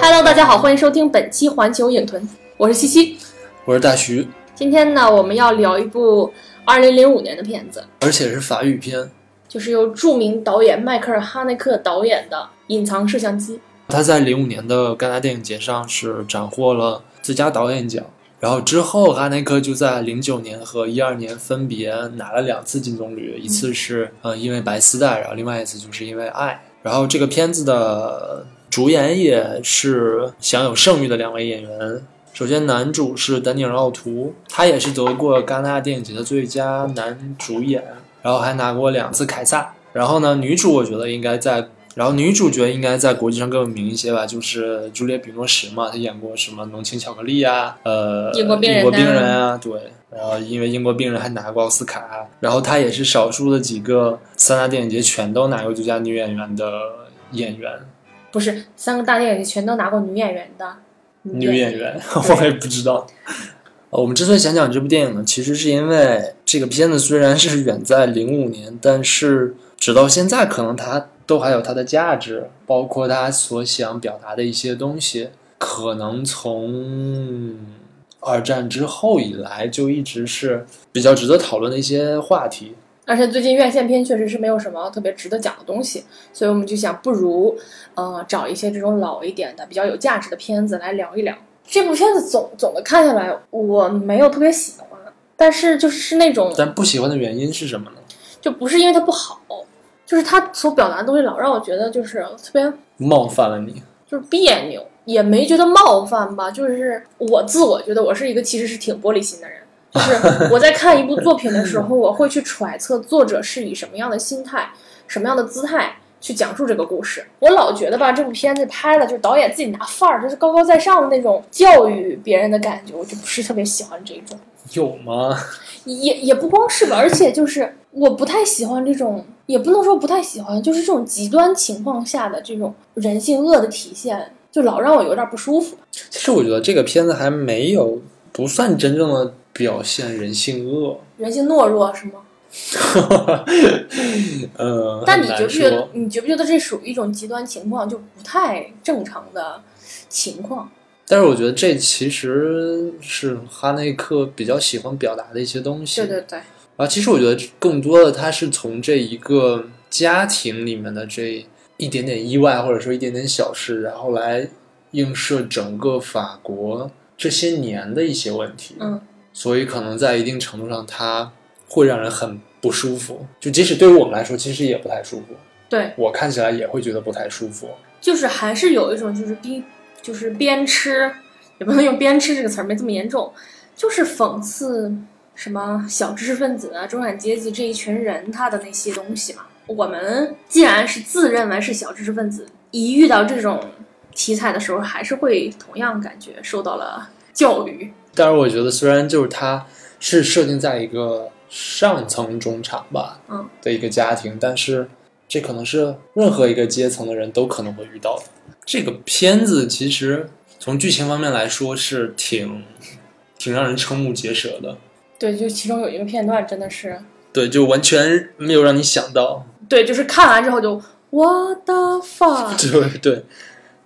Hello，大家好，欢迎收听本期环球影屯，我是西西。我是大徐，今天呢，我们要聊一部2005年的片子，而且是法语片。就是由著名导演迈克尔·哈内克导演的《隐藏摄像机》。他在零五年的戛纳电影节上是斩获了最佳导演奖，然后之后哈内克就在零九年和一二年分别拿了两次金棕榈，一次是呃因为白丝带，然后另外一次就是因为爱。然后这个片子的主演也是享有盛誉的两位演员。首先，男主是丹尼尔·奥图，他也是得过戛纳电影节的最佳男主演，然后还拿过两次凯撒。然后呢，女主我觉得应该在然后女主角应该在国际上更有名一些吧，就是朱丽叶·比诺什嘛，她演过什么《浓情巧克力》啊，呃，英国病人英国病呐人啊，对。然后因为英国病人还拿过奥斯卡，啊然后她也是少数的几个三大电影节全都拿过最佳女演员的演员，不是三个大电影节全都拿过女演员的女演员，我也不知道。呃我们之所以想讲这部电影呢，其实是因为这个片子虽然是远在零五年，但是直到现在，可能它都还有它的价值，包括它所想表达的一些东西，可能从二战之后以来就一直是比较值得讨论的一些话题。而且最近院线片确实是没有什么特别值得讲的东西，所以我们就想，不如呃找一些这种老一点的、比较有价值的片子来聊一聊。这部片子总总的看下来，我没有特别喜欢，但是就是是那种但不喜欢的原因是什么呢？就不是因为它不好，就是它所表达的东西老让我觉得就是特别冒犯了你，就是别扭，也没觉得冒犯吧。就是我自我觉得我是一个其实是挺玻璃心的人，就是我在看一部作品的时候，我会去揣测作者是以什么样的心态、什么样的姿态去讲述这个故事。我老觉得吧，这部片子拍的就是导演自己拿范儿，就是高高在上的那种教育别人的感觉，我就不是特别喜欢这种。有吗？也也不光是吧，而且就是我不太喜欢这种，也不能说不太喜欢，就是这种极端情况下的这种人性恶的体现，就老让我有点不舒服。其实我觉得这个片子还没有不算真正的表现人性恶，人性懦弱是吗？呃，但很你觉不觉难得说。，你觉不觉得这属于一种极端情况，就不太正常的情况？但是我觉得这其实是哈内克比较喜欢表达的一些东西。对对对，啊，其实我觉得更多的他是从这一个家庭里面的这一点点意外，或者说一点点小事，然后来映射整个法国这些年的一些问题。嗯，所以可能在一定程度上，它会让人很不舒服。就即使对于我们来说，其实也不太舒服。对，我看起来也会觉得不太舒服。就是还是有一种就是逼，就是边吃，也不能用边吃这个词儿，没这么严重，就是讽刺什么小知识分子啊、中产阶级这一群人他的那些东西嘛。我们既然是自认为是小知识分子，一遇到这种题材的时候，还是会同样感觉受到了教育。但是我觉得，虽然就是它是设定在一个上层中产吧，嗯，的一个家庭，但是这可能是任何一个阶层的人都可能会遇到的。这个片子其实从剧情方面来说是挺挺让人瞠目结舌的，对，就其中有一个片段真的是，对，就完全没有让你想到，对，就是看完之后就 what the fuck，对对。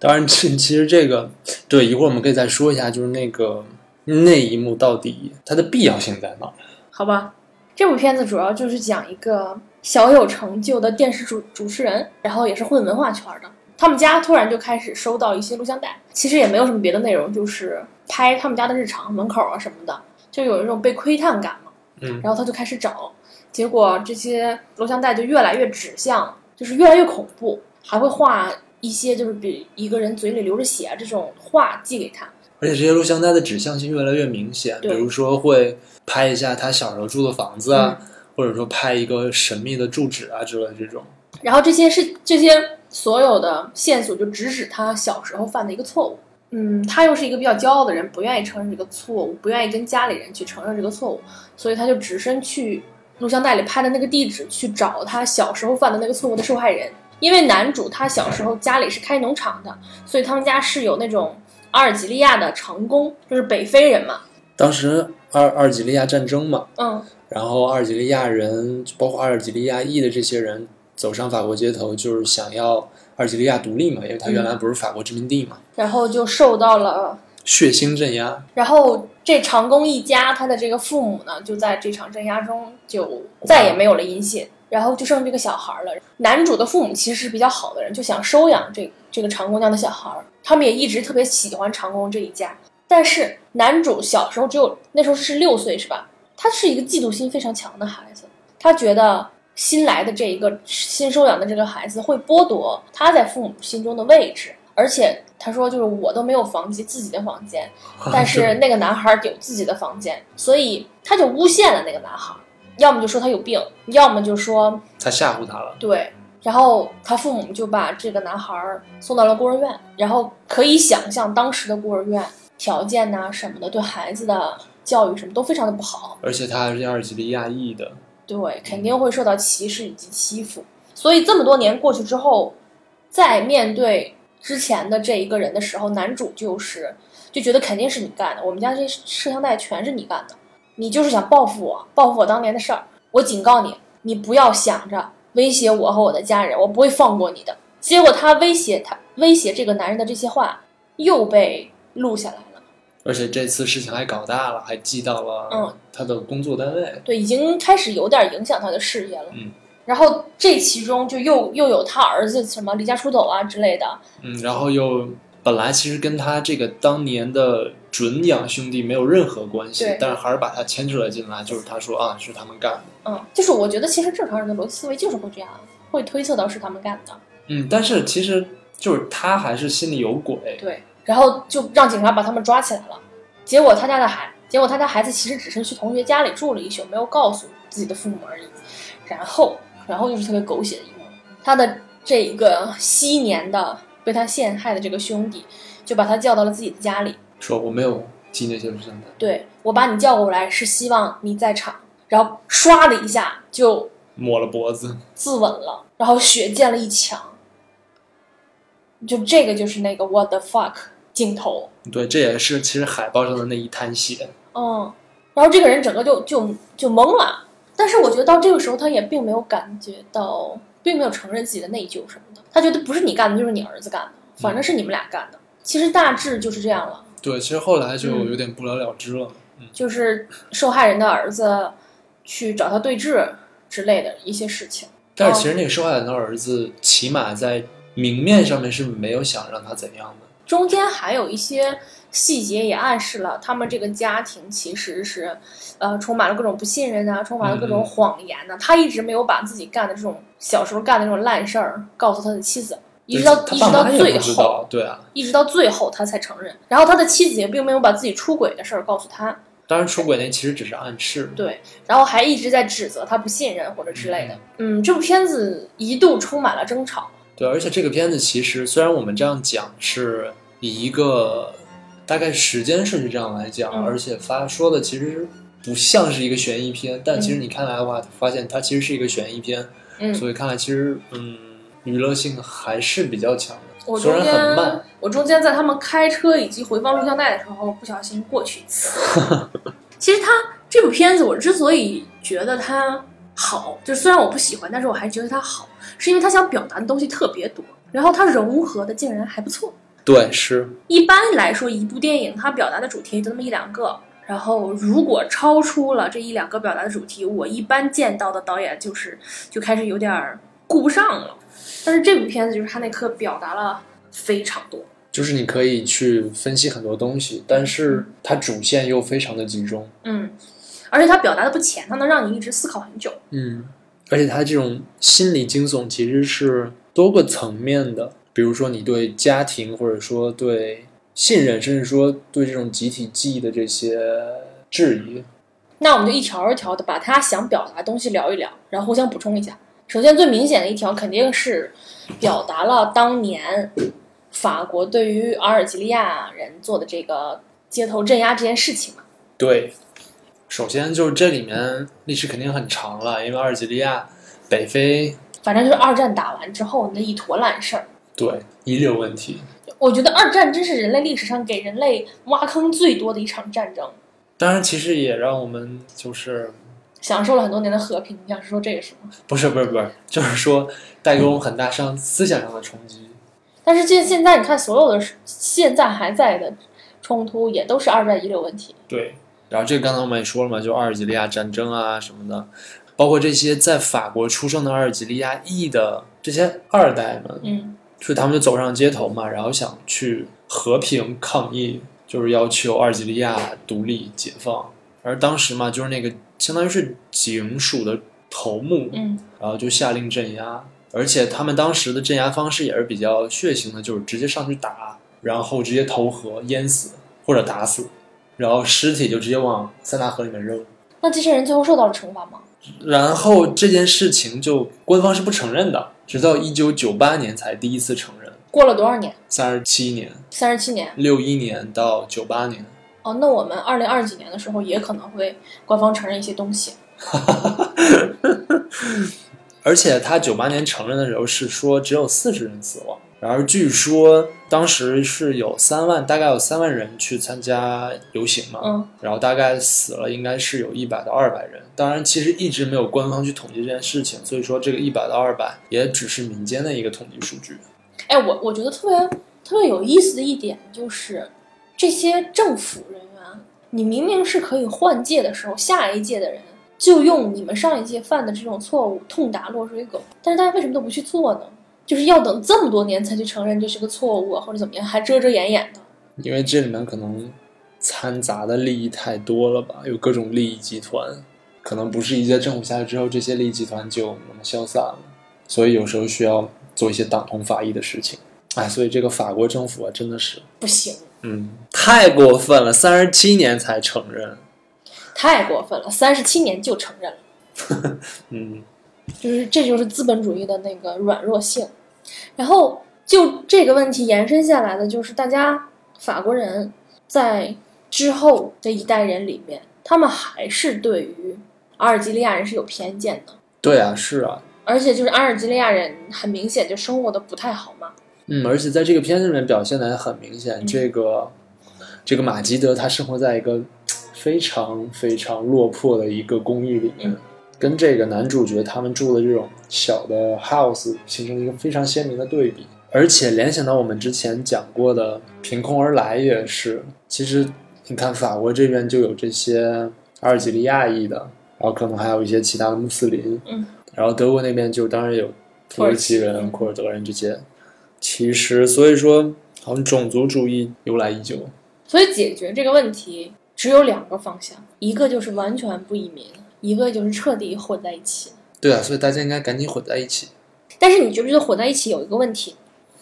当然，这其实这个对一会儿我们可以再说一下，就是那个那一幕到底它的必要性在哪儿？好吧，这部片子主要就是讲一个小有成就的电视主主持人，然后也是混文化圈的。他们家突然就开始收到一些录像带，其实也没有什么别的内容，就是拍他们家的日常、门口啊什么的，就有一种被窥探感嘛。嗯，然后他就开始找，结果这些录像带就越来越指向，就是越来越恐怖，还会画一些就是比一个人嘴里流着血啊这种话寄给他。而且这些录像带的指向性越来越明显，比对如说会拍一下他小时候住的房子啊，嗯或者说拍一个神秘的住址啊之类的这种。然后这些是这些所有的线索就直指他小时候犯的一个错误。嗯，他又是一个比较骄傲的人，不愿意承认这个错误，不愿意跟家里人去承认这个错误，所以他就只身去录像带里拍的那个地址去找他小时候犯的那个错误的受害人。因为男主他小时候家里是开农场的，所以他们家是有那种阿尔及利亚的长工，就是北非人嘛。当时阿阿尔及利亚战争嘛，嗯，然后阿尔及利亚人，包括阿尔及利亚裔的这些人走上法国街头，就是想要阿尔及利亚独立嘛，因为它原嗯来不是法国殖民地嘛，然后就受到了，血腥镇压。然后这长工一家他的这个父母呢，就在这场镇压中就再也没有了音信，然后就剩这个小孩了。男主的父母其实是比较好的人，就想收养这这个长工家的小孩，他们也一直特别喜欢长工这一家。但是男主小时候只有那时候是六岁是吧？他是一个嫉妒心非常强的孩子，他觉得新来的这一个新收养的这个孩子会剥夺他在父母心中的位置，而且他说就是我都没有房间自己的房间，但是那个男孩有自己的房间，所以他就诬陷了那个男孩，要么就说他有病，要么就说他吓唬他了，对，然后他父母就把这个男孩儿送到了孤儿院，然后可以想象当时的孤儿院条件呐、什么的，对孩子的教育什么都非常的不好，而且他还是阿尔及利亚裔的，对，肯定会受到歧视以及欺负。所以这么多年过去之后，在面对之前的这一个人的时候，男主就是就觉得肯定是你干的，我们家这摄像带全是你干的，你就是想报复我，报复我当年的事儿。我警告你，你不要想着威胁我和我的家人，我不会放过你的。结果他威胁他威胁这个男人的这些话又被录下来了，而且这次事情还搞大了，还寄到嗯了他的工作单位。对，已经开始有点影响他的事业了。嗯。然后这其中就又又有他儿子什么离家出走啊之类的，嗯，然后又本来其实跟他这个当年的准养兄弟没有任何关系对，但是还是把他牵扯了进来，就是他说啊是他们干的。嗯，就是我觉得其实正常人的逻辑思维就是会这样，会推测到是他们干的，嗯，但是其实就是他还是心里有鬼，对，然后就让警察把他们抓起来了。结果他家的孩，结果他家孩子其实只是去同学家里住了一宿，没有告诉自己的父母而已。然后，然后就是特别狗血的一幕，他的这一个 昔年的被他陷害的这个兄弟，就把他叫到了自己的家里，说我没有寄那些录像带。对我把你叫过来是希望你在场，然后唰的一下就抹了脖子，自刎了，然后血溅了一墙。就这个就是那个 what the fuck 镜头，对，这也是其实海报上的那一滩血。嗯，然后这个人整个就就就懵了。但是我觉得到这个时候，他也并没有感觉到，并没有承认自己的内疚什么的。他觉得不是你干的，就是你儿子干的，反正是你们俩干的。其实大致就是这样了。对，其实后来就嗯有点不了了之了。嗯，就是受害人的儿子去找他对峙之类的一些事情。但哦是其实那个受害人的儿子，起码在明面上面是没有想让他怎样的。中间还有一些细节也暗示了他们这个家庭其实是，呃，充满了各种不信任啊，充满了各嗯种嗯谎言呐、他一直没有把自己干的这种小时候干的这种烂事儿告诉他的妻子，一直到他一爸直到妈也最不知后，道，对啊。一直到最后他才承认。然后他的妻子也并没有把自己出轨的事儿告诉他，当然，出轨那其实只是暗示。对，然后还一直在指责他不信任或者之类的。嗯，这部片子一度充满了争吵。对，而且这个片子其实虽然我们这样讲是以一个大概时间顺序这样来讲，嗯而且发说的其实不像是一个悬疑片，但其实你看来的话，发现它其实是一个悬疑片，嗯，所以看来其实嗯娱乐性还是比较强我的，虽中然间很慢。我中间在他们开车以及回放录像带的时候，不小心过去一次。 其实他这部片子，我之所以觉得它好，就虽然我不喜欢，但是我还觉得它好，是因为他想表达的东西特别多，然后它融合的竟然还不错。对，是一般来说，一部电影它表达的主题就那么一两个，然后如果超出了这一两个表达的主题，我一般见到的导演就是就开始有点儿顾不上了。但是这部片子就是他那刻表达了非常多，就是你可以去分析很多东西，但是它主线又非常的集中。嗯，而且他表达的不浅，他能让你一直思考很久。嗯，而且它这种心理惊悚其实是多个层面的，比如说你对家庭，或者说对信任，甚至说对这种集体记忆的这些质疑。那我们就一条一条的把他想表达的东西聊一聊，然后互相补充一下。首先最明显的一条肯定是表达了当年法国对于阿尔及利亚人做的这个街头镇压这件事情嘛。对，首先就是这里面历史肯定很长了，因为阿尔及利亚、北非反正就是二战打完之后那一坨烂事儿。对遗留问题，我觉得二战真是人类历史上给人类挖坑最多的一场战争，当然其实也让我们就是享受了很多年的和平。你想说这个是吗？不是不是不是，就是说带给我们很大上思想上的冲击。但是现现在你看，所有的现在还在的冲突也都是二战遗留问题。对，然后这个刚才我们也说了嘛，就阿尔及利亚战争啊什么的，包括这些在法国出生的阿尔及利亚裔的这些二代们，嗯所以他们就走上街头嘛，然后想去和平抗议，就是要求阿尔及利亚独立解放。而当时嘛，就是那个相当于是警署的头目，嗯然后就下令镇压，而且他们当时的镇压方式也是比较血腥的，就是直接上去打，然后直接投河淹死或者打死，然后尸体就直接往塞纳河里面扔。那这些人最后受到了惩罚吗？然后这件事情就官方是不承认的，直到一九九八年才第一次承认，过了多少年？三十七年。三十七年。六一年到九八年，哦，那我们二零二几年的时候也可能会官方承认一些东西。而且他九八年承认的时候是说只有四十人死亡，然而据说当时是有三万，大概有三万人去参加游行嘛，嗯然后大概死了应该是有一百到二百人。当然，其实一直没有官方去统计这件事情，所以说这个一百到二百也只是民间的一个统计数据。哎，我我觉得特别特别有意思的一点就是，这些政府人员，你明明是可以换届的时候，下一届的人就用你们上一届犯的这种错误痛打落水狗，但是大家为什么都不去做呢？就是要等这么多年才去承认这是个错误啊，或者怎么样，还遮遮掩掩的。因为这里面可能掺杂的利益太多了吧，有各种利益集团，可能不是一届政府下去之后，这些利益集团就那么消散了，所以有时候需要做一些党同伐异的事情。哎，所以这个法国政府啊，真的是，不行，嗯，太过分了，三十七年才承认，太过分了，三十七年就承认了。嗯，就是这就是资本主义的那个软弱性。然后就这个问题延伸下来的，就是大家法国人在之后的一代人里面，他们还是对于阿尔及利亚人是有偏见的，对啊，是啊，而且就是阿尔及利亚人很明显就生活的不太好嘛。嗯，而且在这个片子里面表现的很明显，嗯这个这个马基德他生活在一个非常非常落魄的一个公寓里面，嗯跟这个男主角他们住的这种小的 house 形成了一个非常鲜明的对比。而且联想到我们之前讲过的《凭空而来》也是，其实你看法国这边就有这些阿尔及利亚裔的，然后可能还有一些其他的穆斯林，嗯，然后德国那边就当然有土耳其土耳人、其库尔德人这些。其实，所以说，好像种族主义由来已久。所以解决这个问题只有两个方向，一个就是完全不移民，一个就是彻底混在一起。对啊，所以大家应该赶紧混在一起。但是你觉不觉得混在一起有一个问题，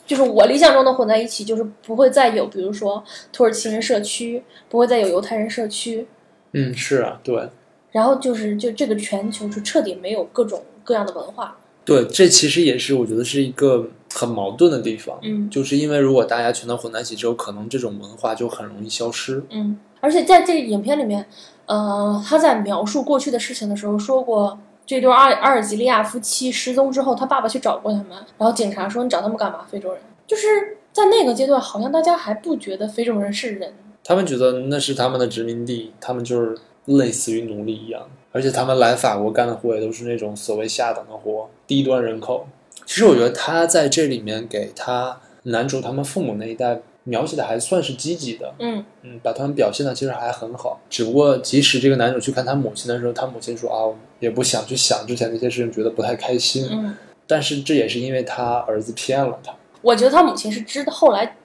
就是我理想中的混在一起，就是不会再有，比如说土耳其人社区，不会再有犹太人社区，嗯，是啊，对然后就是就这个全球就彻底没有各种各样的文化。对，这其实也是我觉得是一个很矛盾的地方，嗯就是因为如果大家全都混在一起之后，可能这种文化就很容易消失。嗯，而且在这个影片里面，呃，他在描述过去的事情的时候说过。这对阿阿尔及利亚夫妻失踪之后，他爸爸去找过他们，然后警察说：“你找他们干嘛？非洲人。”就是在那个阶段，好像大家还不觉得非洲人是人，他们觉得那是他们的殖民地，他们就是类似于奴隶一样，而且他们来法国干的活也都是那种所谓下等的活，低端人口。其实我觉得他在这里面给他男主他们父母那一代描写的还算是积极的，嗯，嗯，把他们表现的其实还很好。只不过即使这个男主去看他母亲的时候，他母亲说啊，我也不想去想之前那些事情，觉得不太开心。嗯，但是这也是因为他儿子骗了他。我觉得他母亲是知道后来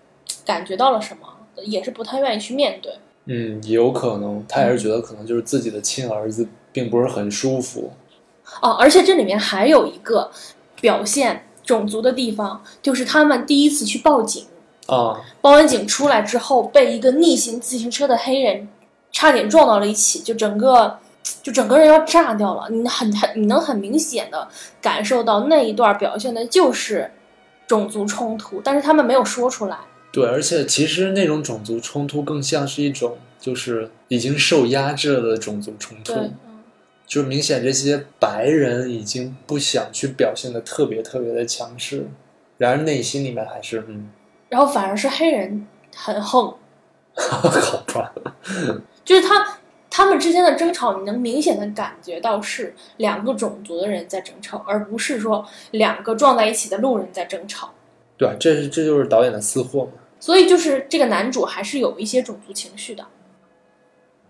感觉到了什么，也是不太愿意去面对。嗯，也有可能，他也是觉得可能就是自己的亲儿子并不是很舒服，哦，而且这里面还有一个表现种族的地方，就是他们第一次去报警，啊，报完警出来之后，被一个逆行自行车的黑人差点撞到了一起，就整个。就整个人要炸掉了，你很很你能很明显的感受到那一段表现的就是种族冲突，但是他们没有说出来。对，而且其实那种种族冲突更像是一种就是已经受压制了的种族冲突对，，嗯就是明显这些白人已经不想去表现的特别特别的强势，然而内心里面还是嗯，然后反而是黑人很横， 好吧，就是他他们之间的争吵，你能明显的感觉到是两个种族的人在争吵，而不是说两个撞在一起的路人在争吵。对吧？这是这就是导演的私货嘛。所以就是这个男主还是有一些种族情绪的。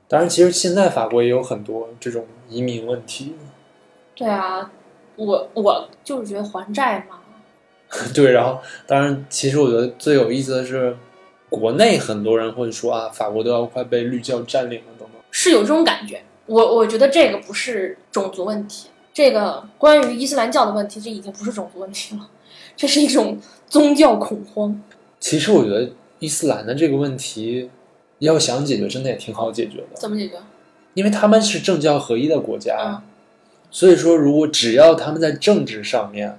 当然，其实现在法国也有很多这种移民问题， 对啊，我我就是觉得还债嘛，对。然后，当然，其实我觉得最有意思的是，国内很多人会说啊，法国都要快被绿教占领了等等。是有这种感觉。我我觉得这个不是种族问题，这个关于伊斯兰教的问题，这已经不是种族问题了，这是一种宗教恐慌。其实我觉得伊斯兰的这个问题，要想解决，真的也挺好解决的，怎么解决？因为他们是政教合一的国家，嗯所以说如果只要他们在政治上面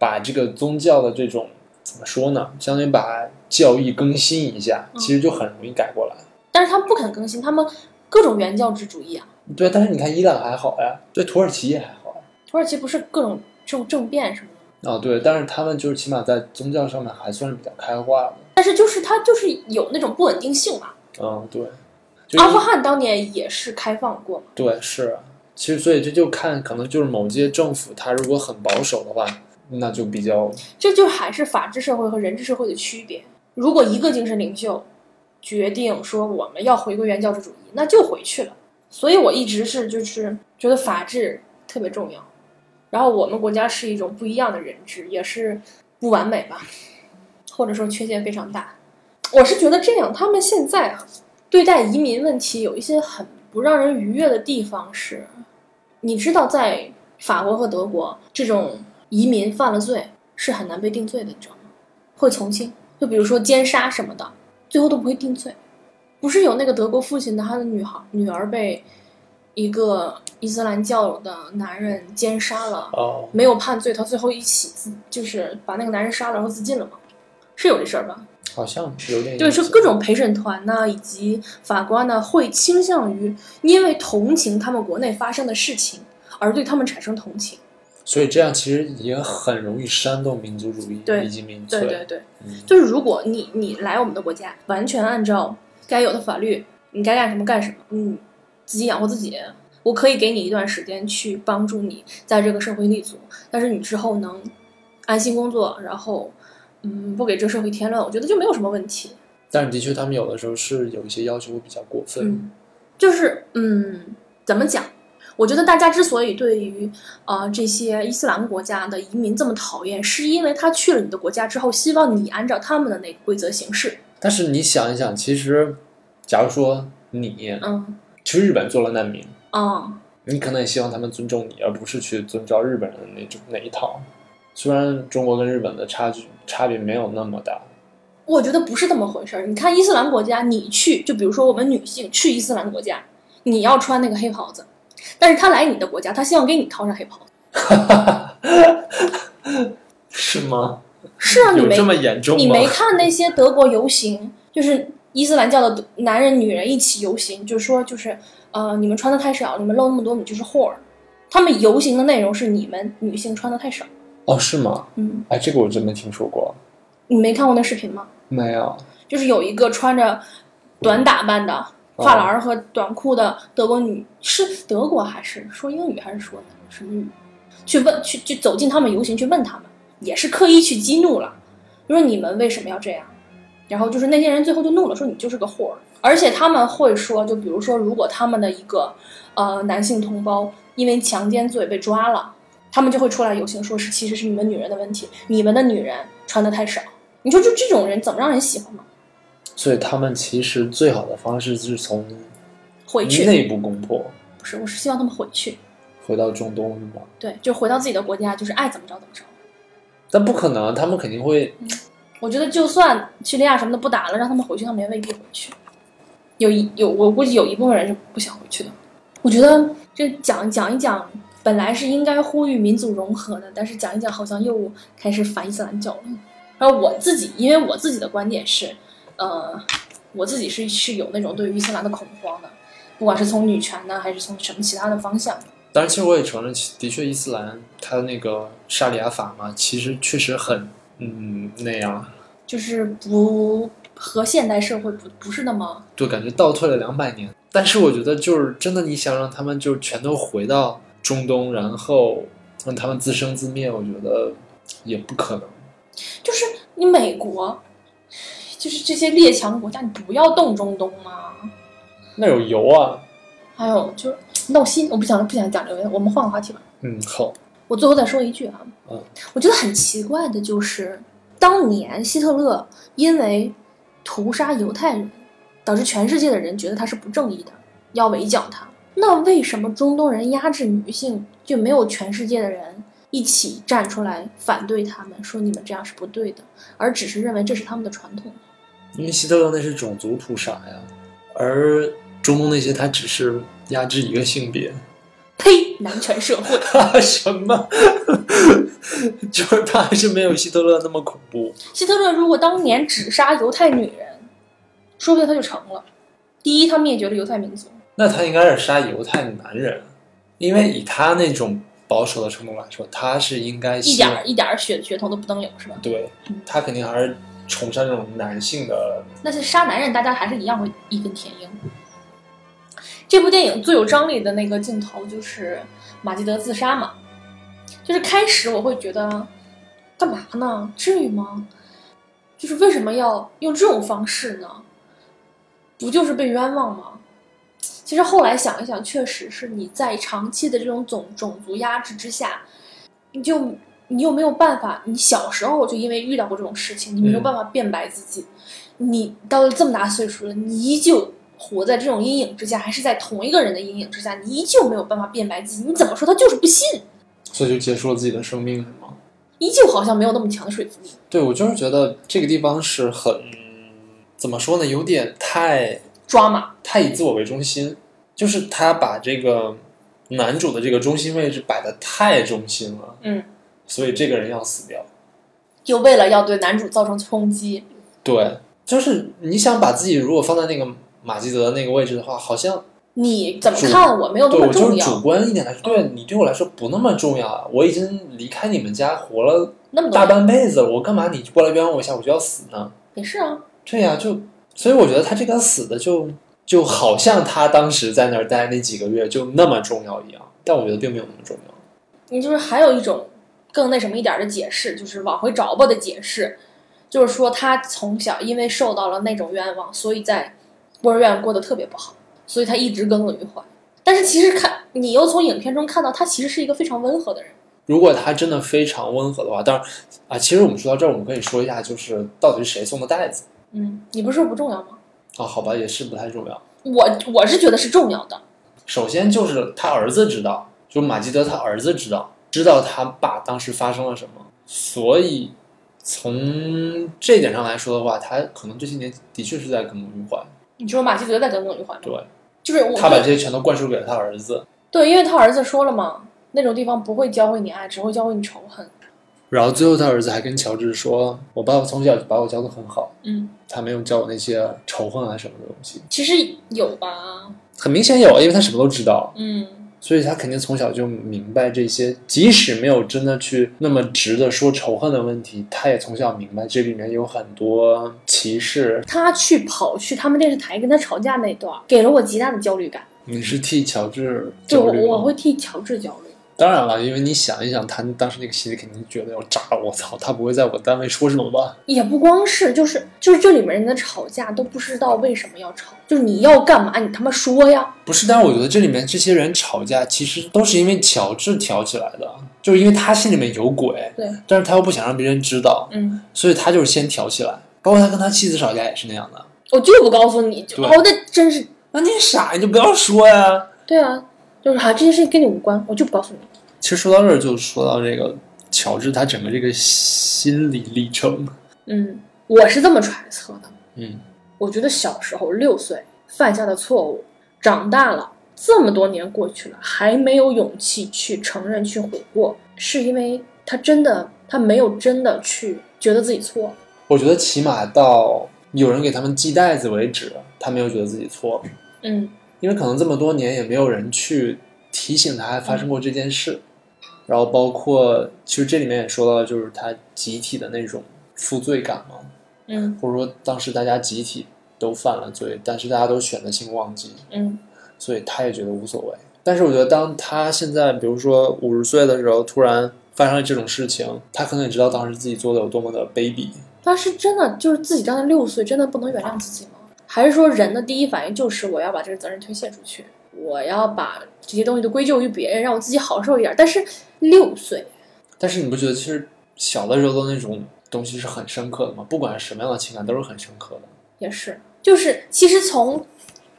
把这个宗教的这种怎么说呢，相当于把教义更新一下，嗯其实就很容易改过来。但是他们不肯更新，他们各种原教旨主义啊。对，但是你看伊朗还好呀，对，土耳其也还好呀。土耳其不是各种这种政变什么的，哦，对，但是他们就是起码在宗教上面还算是比较开化的。但是就是它就是有那种不稳定性嘛。嗯，对，就阿富汗当年也是开放过嘛，对是啊，其实所以这就看可能就是某届政府他如果很保守的话，那就比较这就还是法治社会和人治社会的区别。如果一个精神领袖决定说我们要回归原教旨主义，那就回去了。所以我一直是就是觉得法治特别重要，然后我们国家是一种不一样的人治，也是不完美吧，或者说缺陷非常大。我是觉得这样，他们现在啊，对待移民问题有一些很不让人愉悦的地方是，你知道，在法国和德国，这种移民犯了罪是很难被定罪的，你知道吗？会从轻，就比如说奸杀什么的，最后都不会定罪。不是有那个德国父亲的，他的女孩女儿被一个伊斯兰教的男人奸杀了，哦，没有判罪，他最后一起自就是把那个男人杀了，然后自尽了嘛，是有这事儿吧？好像有点对，意就思各种陪审团呐、以及法官呢，会倾向于因为同情他们国内发生的事情而对他们产生同情。所以这样其实也很容易煽动民族主义对以及民粹。对对对，嗯就是如果你你来我们的国家，完全按照该有的法律，你该干什么干什么，嗯，自己养活自己。我可以给你一段时间去帮助你在这个社会立足，但是你之后能安心工作，然后嗯不给这社会添乱，我觉得就没有什么问题。但是的确，他们有的时候是有一些要求会比较过分。嗯，就是嗯，怎么讲？我觉得大家之所以对于呃这些伊斯兰国家的移民这么讨厌，是因为他去了你的国家之后，希望你按照他们的那个规则行事。但是你想一想，其实假如说你嗯去日本做了难民，嗯，你可能也希望他们尊重你，而不是去遵照日本人的那种那一套。虽然中国跟日本的差距差别没有那么大，我觉得不是这么回事儿。你看伊斯兰国家，你去就比如说我们女性去伊斯兰国家，你要穿那个黑袍子，但是他来你的国家，他希望给你套上黑袍子。是吗？是嗯啊，你没严重你 没看那些德国游行，就是伊斯兰教的男人、女人一起游行，就说就是呃，你们穿的太少，你们露那么多，你就是 whore。他们游行的内容是你们女性穿的太少。哦，是吗？嗯，哎，这个我真没听说过，你没看过那视频吗？没有。就是有一个穿着短打扮的发廊和短裤的德国女，是德国还是说英语还是说什么语？去问去去走进他们游行去问他们，也是刻意去激怒了，就说你们为什么要这样？然后就是那些人最后就怒了，说你就是个 whore。而且他们会说，就比如说，如果他们的一个呃男性同胞因为强奸罪被抓了，他们就会出来游行，说是其实是你们女人的问题，你们的女人穿的太少。你说就这种人怎么让人喜欢嘛？所以他们其实最好的方式是从回去，内部攻破，不是，我是希望他们回去，回到中东是吗？对，就回到自己的国家，就是爱怎么着怎么着。但不可能，他们肯定会我觉得就算叙利亚什么的不打了，让他们回去，他们也未必回去。有一有，我估计有一部分人是不想回去的。我觉得这讲讲一讲，本来是应该呼吁民族融合的，但是讲一讲好像又开始反伊斯兰教了。然后我自己，因为我自己的观点是，呃，我自己是是有那种对于伊斯兰的恐慌的，不管是从女权呢，还是从什么其他的方向。当然，其实我也承认，其的确伊斯兰它那个沙里亚法嘛，其实确实很嗯那样，就是不和现代社会不不是那么就感觉倒退了两百年。但是我觉得，就是真的，你想让他们就全都回到中东，然后让他们自生自灭，我觉得也不可能。就是你美国就是这些列强国家，你不要动中东嘛。那有油啊。还有就是闹心，我不想不想讲这个，我们换个话题吧。嗯，好，我最后再说一句啊，嗯我觉得很奇怪的就是，当年希特勒因为屠杀犹太人，导致全世界的人觉得他是不正义的，要围剿他。那为什么中东人压制女性，就没有全世界的人一起站出来反对他们，说你们这样是不对的，而只是认为这是他们的传统？因为希特勒那是种族屠杀呀，而中东那些他只是压制一个性别。呸！男权社会。 什么？就是他还是没有希特勒那么恐怖。希特勒如果当年只杀犹太女人，说不定他就成了。第一，他灭绝了犹太民族。那他应该是杀犹太男人，啊因为以他那种保守的程度来说，他是应该一希点望儿一点儿血血统都不能有，是吧？对嗯，他肯定还是崇尚这种男性的。那些杀男人，大家还是一样会义愤填膺。这部电影最有张力的那个镜头就是马基德自杀嘛，就是开始我会觉得，干嘛呢？至于吗？就是为什么要用这种方式呢？不就是被冤枉吗？其实后来想一想，确实是你在长期的这种种种族压制之下，你就你又没有办法，你小时候就因为遇到过这种事情，你没有嗯办法辩白自己，你到了这么大岁数了，你依旧活在这种阴影之下，还是在同一个人的阴影之下，你依旧没有办法辩白自己，你怎么说他就是不信，所以就结束了自己的生命，是吗？依旧好像没有那么强的说服力。对，我就是觉得这个地方是很怎么说呢，有点太抓马，太以自我为中心，就是他把这个男主的这个中心位置摆的太中心了，嗯，所以这个人要死掉。就为了要对男主造成冲击，对，就是你想把自己如果放在那个马基德的那个位置的话，好像你怎么主看我没有那对么我就重是主要，观一点来说，对你对我来说不那么重要啊。我已经离开你们家活了那么多大人半辈子了，我干嘛你过来冤枉我一下，我就要死呢？也是啊，对呀、就所以我觉得他这个死的就就好像他当时在那儿待那几个月就那么重要一样，但我觉得并没有那么重要。你就是还有一种更那什么一点儿的解释，就是往回找吧的解释，就是说他从小因为受到了那种冤枉，所以在孤儿院过得特别不好，所以他一直耿耿于怀。但是其实看你又从影片中看到他其实是一个非常温和的人，如果他真的非常温和的话，当然啊，其实我们说到这儿，我们可以说一下，就是到底是谁送的袋子嗯，你不是说不重要吗？啊？好吧，也是不太重要。我我是觉得是重要的，首先就是他儿子知道，就马基德他儿子知道，知道他爸当时发生了什么，所以从这点上来说的话，他可能这些年的确是在耿耿于怀。你说马基德在耿耿于怀吗？对，就是我他会把这些全都灌输给了他儿子，对，因为他儿子说了嘛，那种地方不会教会你爱，只会教会你仇恨。然后最后他儿子还跟乔治说：“我爸爸从小就把我教得很好，嗯，他没有教我那些仇恨啊什么的东西。其实有吧，”很明显有啊，因为他什么都知道，嗯，所以他肯定从小就明白这些，即使没有真的去那么直的说仇恨的问题，他也从小明白这里面有很多歧视。他去跑去他们电视台跟他吵架那段儿，给了我极大的焦虑感。你是替乔治对，焦我虑我吗会替乔治焦虑。当然了，因为你想一想，他当时那个心里肯定觉得要炸了，我操，他不会在我单位说什么吧？也不光是，就是就是这里面人的吵架都不知道为什么要吵，就是你要干嘛，你他妈说呀！不是，但是我觉得这里面这些人吵架，其实都是因为乔治挑起来的，就是因为他心里面有鬼，对，但是他又不想让别人知道，嗯，所以他就是先挑起来。包括他跟他妻子吵架也是那样的。我就不告诉你，就对哦，那真是那你傻，你就不要说呀。对啊，就是啊，这件事情跟你无关，我就不告诉你。其实说到这儿，就说到这个乔治他整个这个心理历程。嗯，我是这么揣测的，嗯，我觉得小时候六岁犯下的错误，长大了这么多年过去了，还没有勇气去承认去悔过，是因为他真的他没有真的去觉得自己错了。我觉得起码到有人给他们系带子为止，他没有觉得自己错，嗯，因为可能这么多年也没有人去提醒他发生过这件事。然后包括其实这里面也说到，就是他集体的那种负罪感嘛，嗯或者说当时大家集体都犯了罪，但是大家都选择性忘记，嗯所以他也觉得无所谓。但是我觉得，当他现在比如说五十岁的时候，突然发生了这种事情，他可能也知道当时自己做的有多么的卑鄙，但是真的就是自己当时六岁，真的不能原谅自己吗？还是说人的第一反应就是我要把这个责任推卸出去，我要把这些东西都归咎于别人，让我自己好受一点？但是六岁，但是你不觉得其实小的时候的那种东西是很深刻的吗？不管是什么样的情感都是很深刻的。也是，就是其实从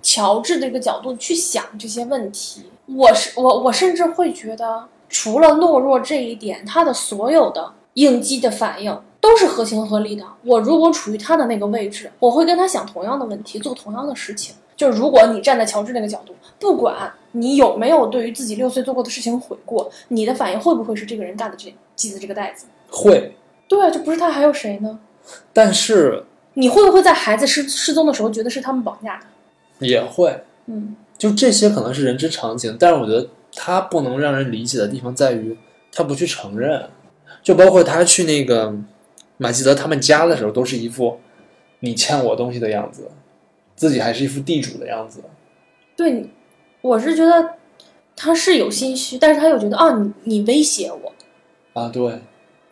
乔治这个角度去想这些问题，我是我我甚至会觉得，除了懦弱这一点，他的所有的应激的反应都是合情合理的。我如果处于他的那个位置，我会跟他想同样的问题，做同样的事情。就是如果你站在乔治那个角度，不管你有没有对于自己六岁做过的事情悔过，你的反应会不会是这个人干的这系的这个带子？会，对啊，就不是他还有谁呢？但是你会不会在孩子失失踪的时候觉得是他们绑架的？也会，嗯，就这些可能是人之常情，但是我觉得他不能让人理解的地方在于他不去承认，就包括他去那个马基德他们家的时候，都是一副你欠我东西的样子，自己还是一副地主的样子。对，你，我是觉得他是有心虚，但是他又觉得啊，你你威胁我，啊，对，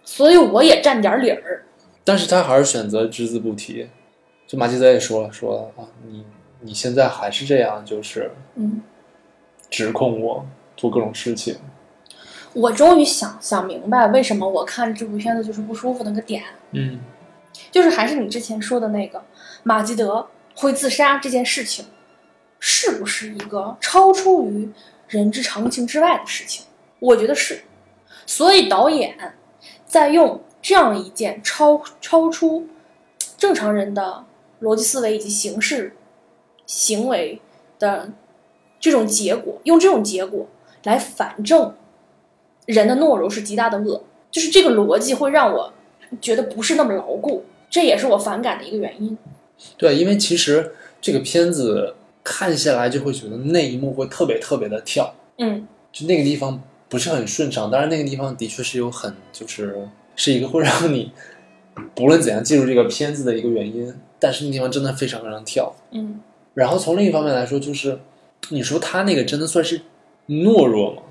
所以我也占点儿理儿。但是他还是选择只字不提。就马基德也说了，说了啊，你你现在还是这样，就是嗯，指控我做各种事情。我终于想想明白为什么我看这部片子就是不舒服那个点，嗯，就是还是你之前说的那个马基德会自杀这件事情，是不是一个超出于人之常情之外的事情？我觉得是，所以导演在用这样一件超超出正常人的逻辑思维以及形式行为的这种结果，用这种结果来反证人的懦弱是极大的恶，就是这个逻辑会让我觉得不是那么牢固，这也是我反感的一个原因。对，因为其实这个片子看下来就会觉得那一幕会特别特别的跳，嗯，就那个地方不是很顺畅。当然，那个地方的确是有很就是是一个会让你不论怎样进入这个片子的一个原因，但是那地方真的非常非常跳。嗯，然后从另一方面来说，就是你说他那个真的算是懦弱吗？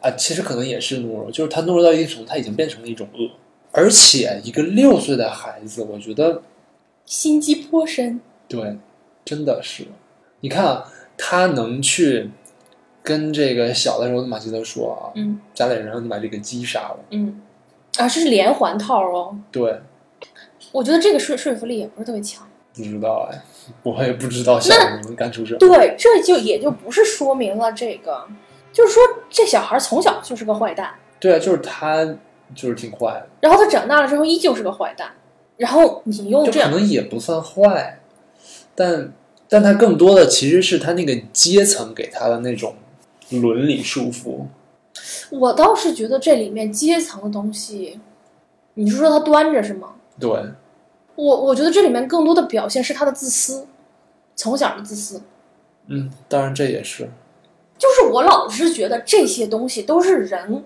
啊，其实可能也是懦弱，就是他懦弱到一定程度，他已经变成了一种恶。而且一个六岁的孩子，我觉得心机颇深。对，真的是。你看啊，他能去跟这个小的时候的马基德说啊，嗯家里人让你把这个鸡杀了。嗯，啊，这是连环套哦。对，我觉得这个说说服力也不是特别强。不知道哎，我也不知道小孩能干出这。对，这就也就不是说明了这个，就是说这小孩从小就是个坏蛋，对啊，就是他就是挺坏的，然后他长大了之后依旧是个坏蛋，然后你用就哦这可样，能也不算坏，但但他更多的其实是他那个阶层给他的那种伦理束缚。我倒是觉得这里面阶层的东西，你是说他端着是吗？对，我我觉得这里面更多的表现是他的自私，从小的自私。嗯，当然这也是，就是我老是觉得这些东西都是人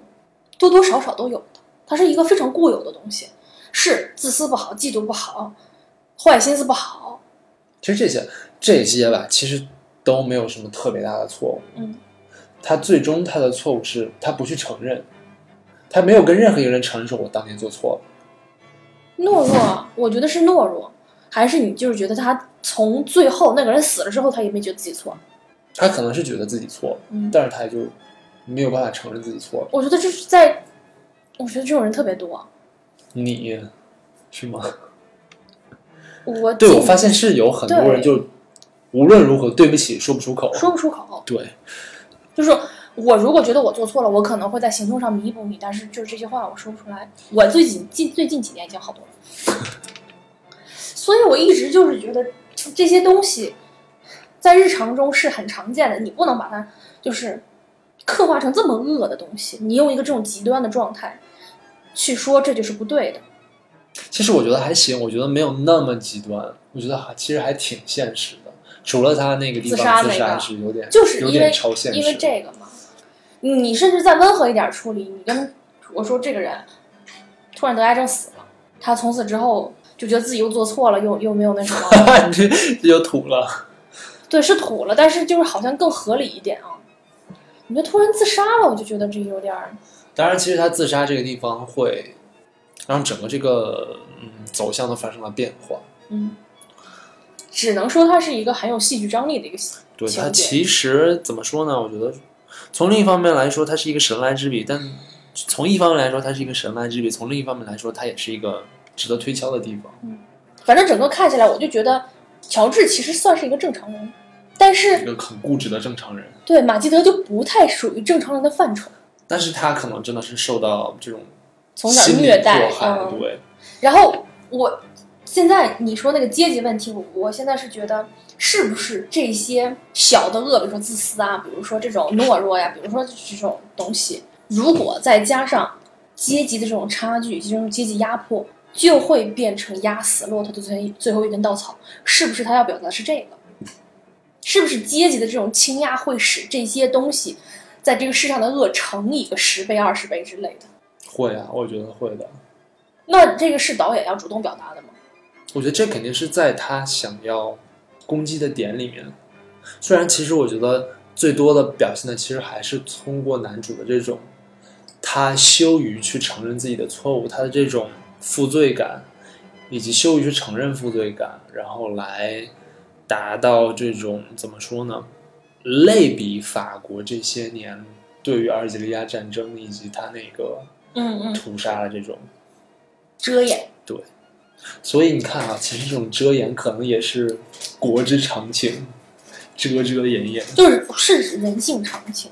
多多少少都有的，它是一个非常固有的东西。是自私不好，嫉妒不好，坏心思不好。其实这些这些吧，其实都没有什么特别大的错误。嗯，他最终他的错误是他不去承认，他没有跟任何一个人承认说我当年做错了。懦弱，我觉得是懦弱，还是你就是觉得他从最后那个人死了之后，他也没觉得自己错了。他可能是觉得自己错了，嗯，但是他就没有办法承认自己错了。我觉得这是在，我觉得这种人特别多。你是吗？我对，我尽发现是有很多人就无论如何对不起说不出口。说不出口，对，就是我如果觉得我做错了，我可能会在行动上弥补你，但是就是这些话我说不出来。我最近近最近几年已经好多了，所以我一直就是觉得这些东西在日常中是很常见的，你不能把它就是刻画成这么恶的东西，你用一个这种极端的状态去说，这就是不对的。其实我觉得还行，我觉得没有那么极端，我觉得还其实还挺现实的。除了他那个地自方杀自那杀个是有点，就是有因为点超现实因为这个嘛，你甚至再温和一点处理，你跟我说这个人突然得癌症死了，他从此之后就觉得自己又做错了， 又又没有那什么，你这这 就土了。对，是土了，但是就是好像更合理一点啊。你这突然自杀了，我就觉得这有点儿，当然，其实他自杀这个地方会让整个这个嗯走向都发生了变化。嗯，只能说它是一个很有戏剧张力的一个戏。对情它节其实怎么说呢？我觉得从另一方面来说，它是一个神来之笔，但从一方面来说，它是一个神来之笔；从另一方面来说，它也是一个值得推敲的地方。反正整个看下来，我就觉得乔治其实算是一个正常人，但一是个很固执的正常人，对马基德就不太属于正常人的范畴，但是他可能真的是受到这种从小心理虐待，迫害，嗯，对，然后我现在你说那个阶级问题，我我现在是觉得是不是这些小的恶，比如说自私啊，比如说这种懦弱呀、比如说这种东西，如果再加上阶级的这种差距以及这种阶级压迫，就会变成压死骆驼的最最后一根稻草。是不是他要表达的是这个？是不是阶级的这种倾轧会使这些东西在这个世上的恶乘以个十倍、二十倍之类的？会啊，我觉得会的。那这个是导演要主动表达的吗？我觉得这肯定是在他想要攻击的点里面。虽然其实我觉得最多的表现的，其实还是通过男主的这种他羞于去承认自己的错误，他的这种负罪感，以及羞于去承认负罪感，然后来达到这种怎么说呢？类比法国这些年对于阿尔及利亚战争以及他那个嗯嗯，屠杀的这种遮掩。所以你看啊，其实这种遮掩可能也是国之常情，遮遮掩掩。就是是人性常情。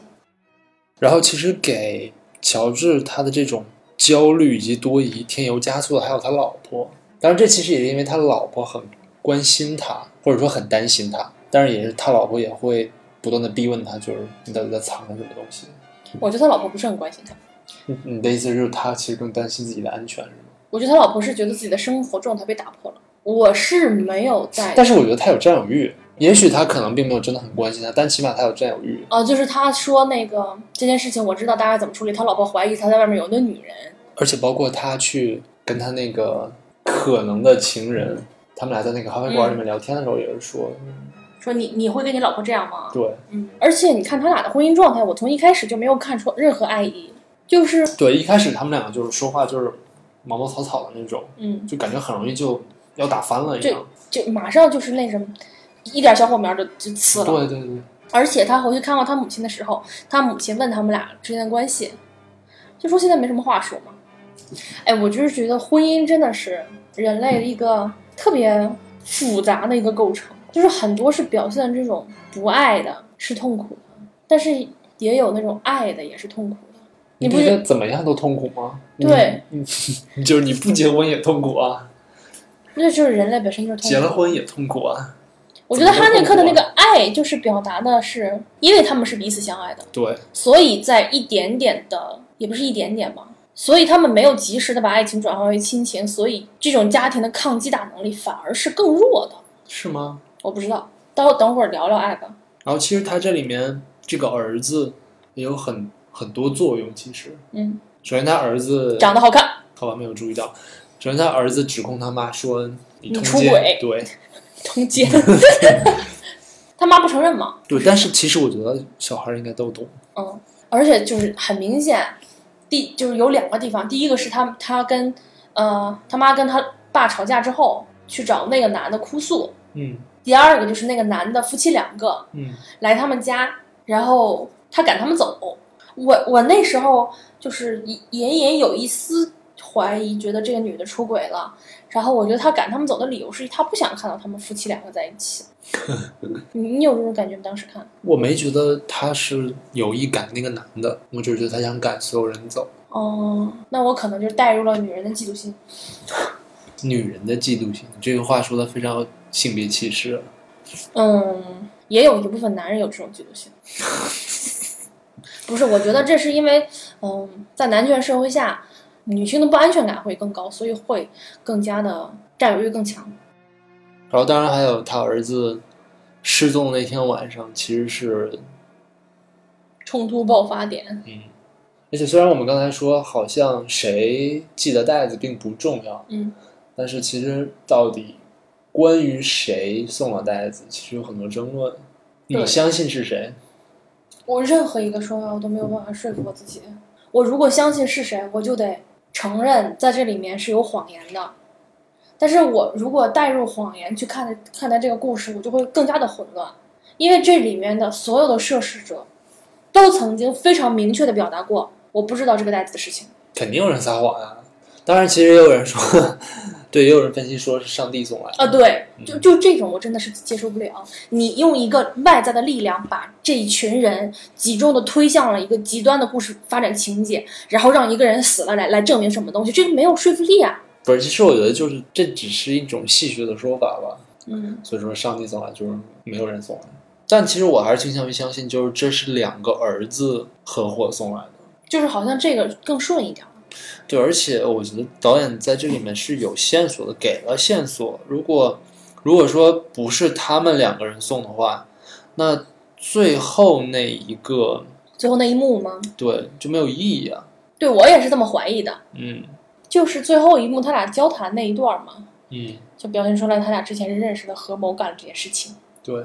然后其实给乔治他的这种焦虑以及多疑添油加醋的还有他老婆。当然，这其实也是因为他老婆很关心他，或者说很担心他。当然，也是他老婆也会不断的逼问他，就是你到底在藏着什么东西？ 我觉得他老婆不是很关心他，你你的意思就是他其实更担心自己的安全是吗？我觉得他老婆是觉得自己的生活状态被打破了。我是没有在但是我觉得他有占有欲，也许他可能并没有真的很关心他，但起码他有占有欲。啊、就是他说那个这件事情，我知道大家怎么处理。他老婆怀疑他在外面有个女人，而且包括他去跟他那个可能的情人，他们俩在那个咖啡馆里面聊天的时候，也是说，嗯说你你会跟你老婆这样吗？对嗯，而且你看他俩的婚姻状态，我从一开始就没有看出任何爱意，就是对，一开始他们两个就是说话就是毛毛草草的那种，嗯，就感觉很容易就要打翻了一样。就马上就是那什么，一点小火苗就就呲了。对对对，而且他回去看望他母亲的时候，他母亲问他们俩之间的关系，就说现在没什么话说嘛。哎，我就是觉得婚姻真的是人类的一个特别复杂的一个构成，就是很多是表现这种不爱的，是痛苦的，但是也有那种爱的，也是痛苦的。你你不觉是得怎么样都痛苦吗？对你，你 就是你不结婚也痛苦啊，那就是人类本身就是痛苦。结了婚也痛苦啊。我觉得哈内克的那个爱，就是表达的是，因为他们是彼此相爱的，对，所以在一点点的，也不是一点点吧，所以他们没有及时的把爱情转化为亲情，所以这种家庭的抗击打能力反而是更弱的。是吗？我不知道，待会等会儿聊聊爱吧。然后其实他这里面这个儿子也有很很多作用，其实。嗯，首先，他儿子长得好看，好吧，没有注意到。首先，他儿子指控他妈说你通你出轨奸，对通奸，他妈不承认嘛。对，但是其实我觉得小孩儿应该都懂，嗯，而且就是很明显，第就是有两个地方，第一个是他他跟呃他妈跟他爸吵架之后去找那个男的哭诉，嗯第二个就是那个男的夫妻两个嗯，来他们家，然后他赶他们走。我我那时候就是隐隐隐有一丝怀疑，觉得这个女的出轨了。然后我觉得他赶他们走的理由是他不想看到他们夫妻两个在一起。你你有这种感觉吗？当时看我没觉得他是有意赶那个男的，我只是觉得他想赶所有人走。哦，那我可能就带入了女人的嫉妒心。女人的嫉妒心，你这个话说的非常有性别歧视。嗯，也有一部分男人有这种嫉妒心。不是，我觉得这是因为，嗯，在男权社会下，女性的不安全感会更高，所以会更加的占有欲更强。然后，当然还有他儿子失踪的那天晚上，其实是冲突爆发点。嗯，而且虽然我们刚才说好像谁系的带子并不重要，嗯，但是其实到底关于谁送了袋子，其实有很多争论。对你相信是谁？我任何一个说法我都没有办法说服我自己。我如果相信是谁，我就得承认在这里面是有谎言的。但是我如果带入谎言去看看待这个故事，我就会更加的混乱，因为这里面的所有的涉事者，都曾经非常明确的表达过，我不知道这个袋子的事情。肯定有人撒谎啊。当然，其实也有人说， 对，也有人分析说是上帝送来的啊，对，就嗯就这种我真的是接受不了。你用一个外在的力量把这一群人集中的推向了一个极端的故事发展情节，然后让一个人死了来来证明什么东西，这个没有说服力啊。不是，其实我觉得就是这只是一种戏谑的说法吧。嗯所以说，上帝送来就是没有人送来。但其实我还是倾向于相信，就是这是两个儿子合伙送来的。，就是好像这个更顺一点。对，而且我觉得导演在这里面是有线索的，给了线索。如果如果说不是他们两个人送的话，那最后那一个最后那一幕吗？对就没有意义啊。对我也是这么怀疑的，嗯就是最后一幕他俩交谈那一段嘛，嗯，就表现出来他俩之前是认识的，合谋干了这件事情，对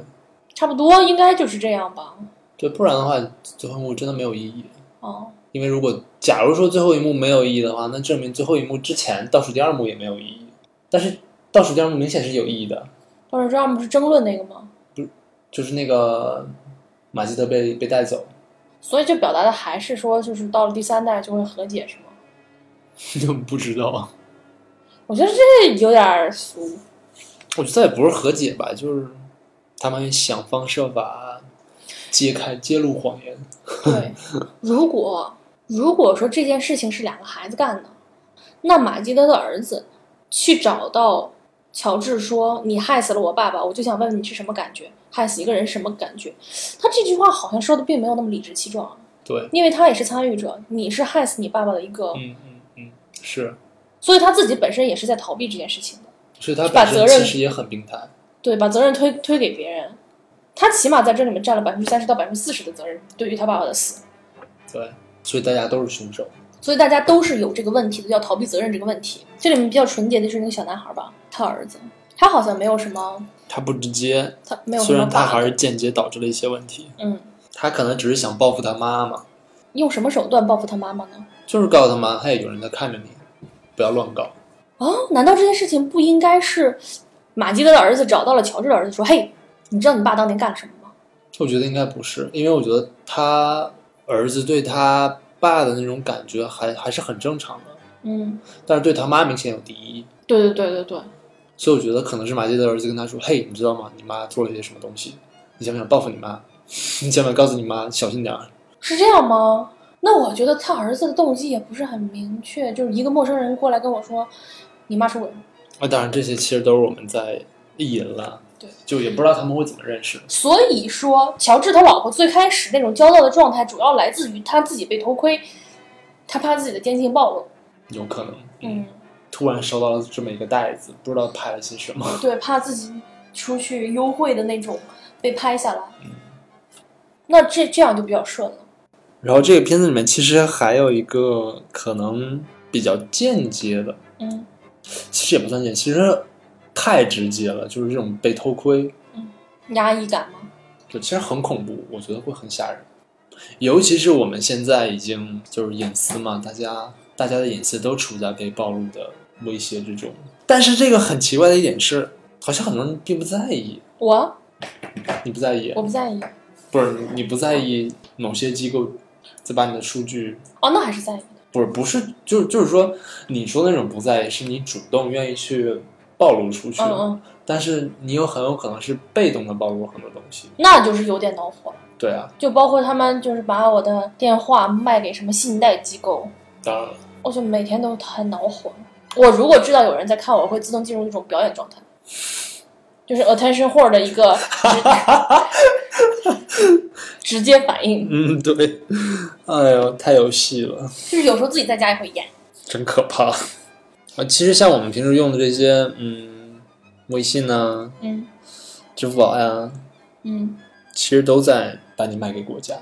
差不多应该就是这样吧。对，不然的话，最后一幕真的没有意义。哦，因为如果假如说最后一幕没有意义的话，那证明最后一幕之前倒数第二幕也没有意义。但是倒数第二幕明显是有意义的，或者说他们不是争论那个吗？就是那个马基特被被带走， 所以就表达的还是说，就是到了第三代就会和解，是吗？就不知道。我觉得这有点儿俗，我觉得也不是和解吧，就是他们想方设法揭开揭露谎言。对，如果如果说这件事情是两个孩子干的，那马基德的儿子去找到乔治说：“你害死了我爸爸，我就想问问你是什么感觉？害死一个人是什么感觉？”他这句话好像说的并没有那么理直气壮，对，因为他也是参与者，你是害死你爸爸的一个，嗯嗯嗯，是，所以他自己本身也是在逃避这件事情的，所以他把本身责任其实也很病态。对，把责任推推给别人。他起码在这里面占了百分之三十到百分之四十的责任，对于他爸爸的死，对，所以大家都是凶手。所以大家都是有这个问题的，叫逃避责任这个问题。这里面比较纯洁的是那个小男孩吧，他儿子，他好像没有什么，他不直接，他没有什虽么然他 bug，还是间接导致了一些问题。嗯，他可能只是想报复他妈妈。用什么手段报复他妈妈呢？就是告诉他妈，嘿，有人在看着你，不要乱搞。哦，难道这件事情不应该是马基德的儿子找到了乔治的儿子，说：“嘿，你知道你爸当年干了什么吗我觉得应该不是，因为我觉得他儿子对他爸的那种感觉还还是很正常的，？”嗯，但是对他妈明显有敌意，对对对对对，所以我觉得可能是马杰的儿子跟他说，嘿，你知道吗？你妈做了些什么东西？你想不想报复你妈？ 你想不想告诉你妈小心点儿？是这样吗？那我觉得他儿子的动机也不是很明确，就是一个陌生人过来跟我说：“你妈出轨。”啊，当然这些其实都是我们在意淫了，对，就也不知道他们会怎么认识。所以说，乔治他老婆最开始那种焦躁的状态，主要来自于他自己被偷窥，他怕自己的奸情暴露。有可能，，，嗯嗯突然收到了这么一个袋子，不知道拍了些什么。嗯对，怕自己出去幽会的那种被拍下来。那这这样就比较顺了。然后这个片子里面其实还有一个可能比较间接的，嗯其实也不算间，其实太直接了，就是这种被偷窥，压抑感吗？就其实很恐怖，我觉得会很吓人。尤其是我们现在已经就是隐私嘛，大家大家的隐私都处在被暴露的威胁之中。但是这个很奇怪的一点是，好像很多人并不在意，我你不在意我，不在意。不是你不在意某些机构在把你的数据哦，那还是在意的。不是不是，就是就是说，你说那种不在意，是你主动愿意去暴露出去，嗯嗯，但是你有很有可能是被动的暴露很多东西。那就是有点恼火。对啊，就包括他们就是把我的电话卖给什么信贷机构，当然了，我就每天都很恼火。我如果知道有人在看我，我会自动进入一种表演状态，就是 attention whore 的一个直 直接反应。 嗯，对，哎呦，太有戏了，就是有时候自己在家也会演。真可怕啊！其实像我们平时用的这些，嗯，微信呐、嗯支付宝呀、嗯，其实都在把你卖给国家。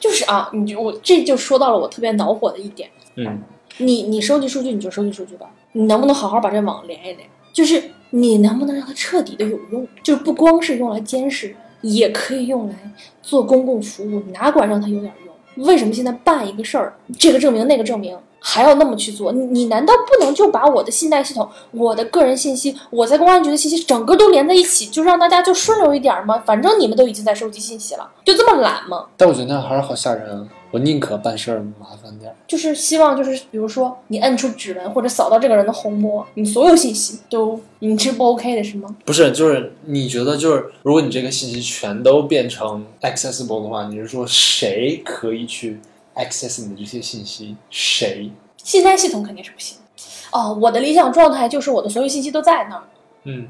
就是啊，你就我这就说到了我特别恼火的一点。嗯，你你收集数据你就收集数据吧，你能不能好好把这网连一连？就是你能不能让它彻底的有用？就是不光是用来监视，也可以用来做公共服务，哪管让它有点用？为什么现在办一个事儿，这个证明那个证明，还要那么去做？你你难道不能就把我的信贷系统、我的个人信息、我在公安局的信息，整个都连在一起，就让大家就顺溜一点吗？反正你们都已经在收集信息了，就这么懒吗？但我觉得那还是好吓人啊！我宁可办事儿麻烦点儿。就是希望，就是比如说你摁出指纹或者扫到这个人的虹膜，你所有信息都你是不 OK 的，是吗？不是，就是你觉得就是，如果你这个信息全都变成 accessible 的话，你是说谁可以去 access 你的这些信息？谁？信贷系统肯定是不行。哦，我的理想状态就是我的所有信息都在那儿，嗯，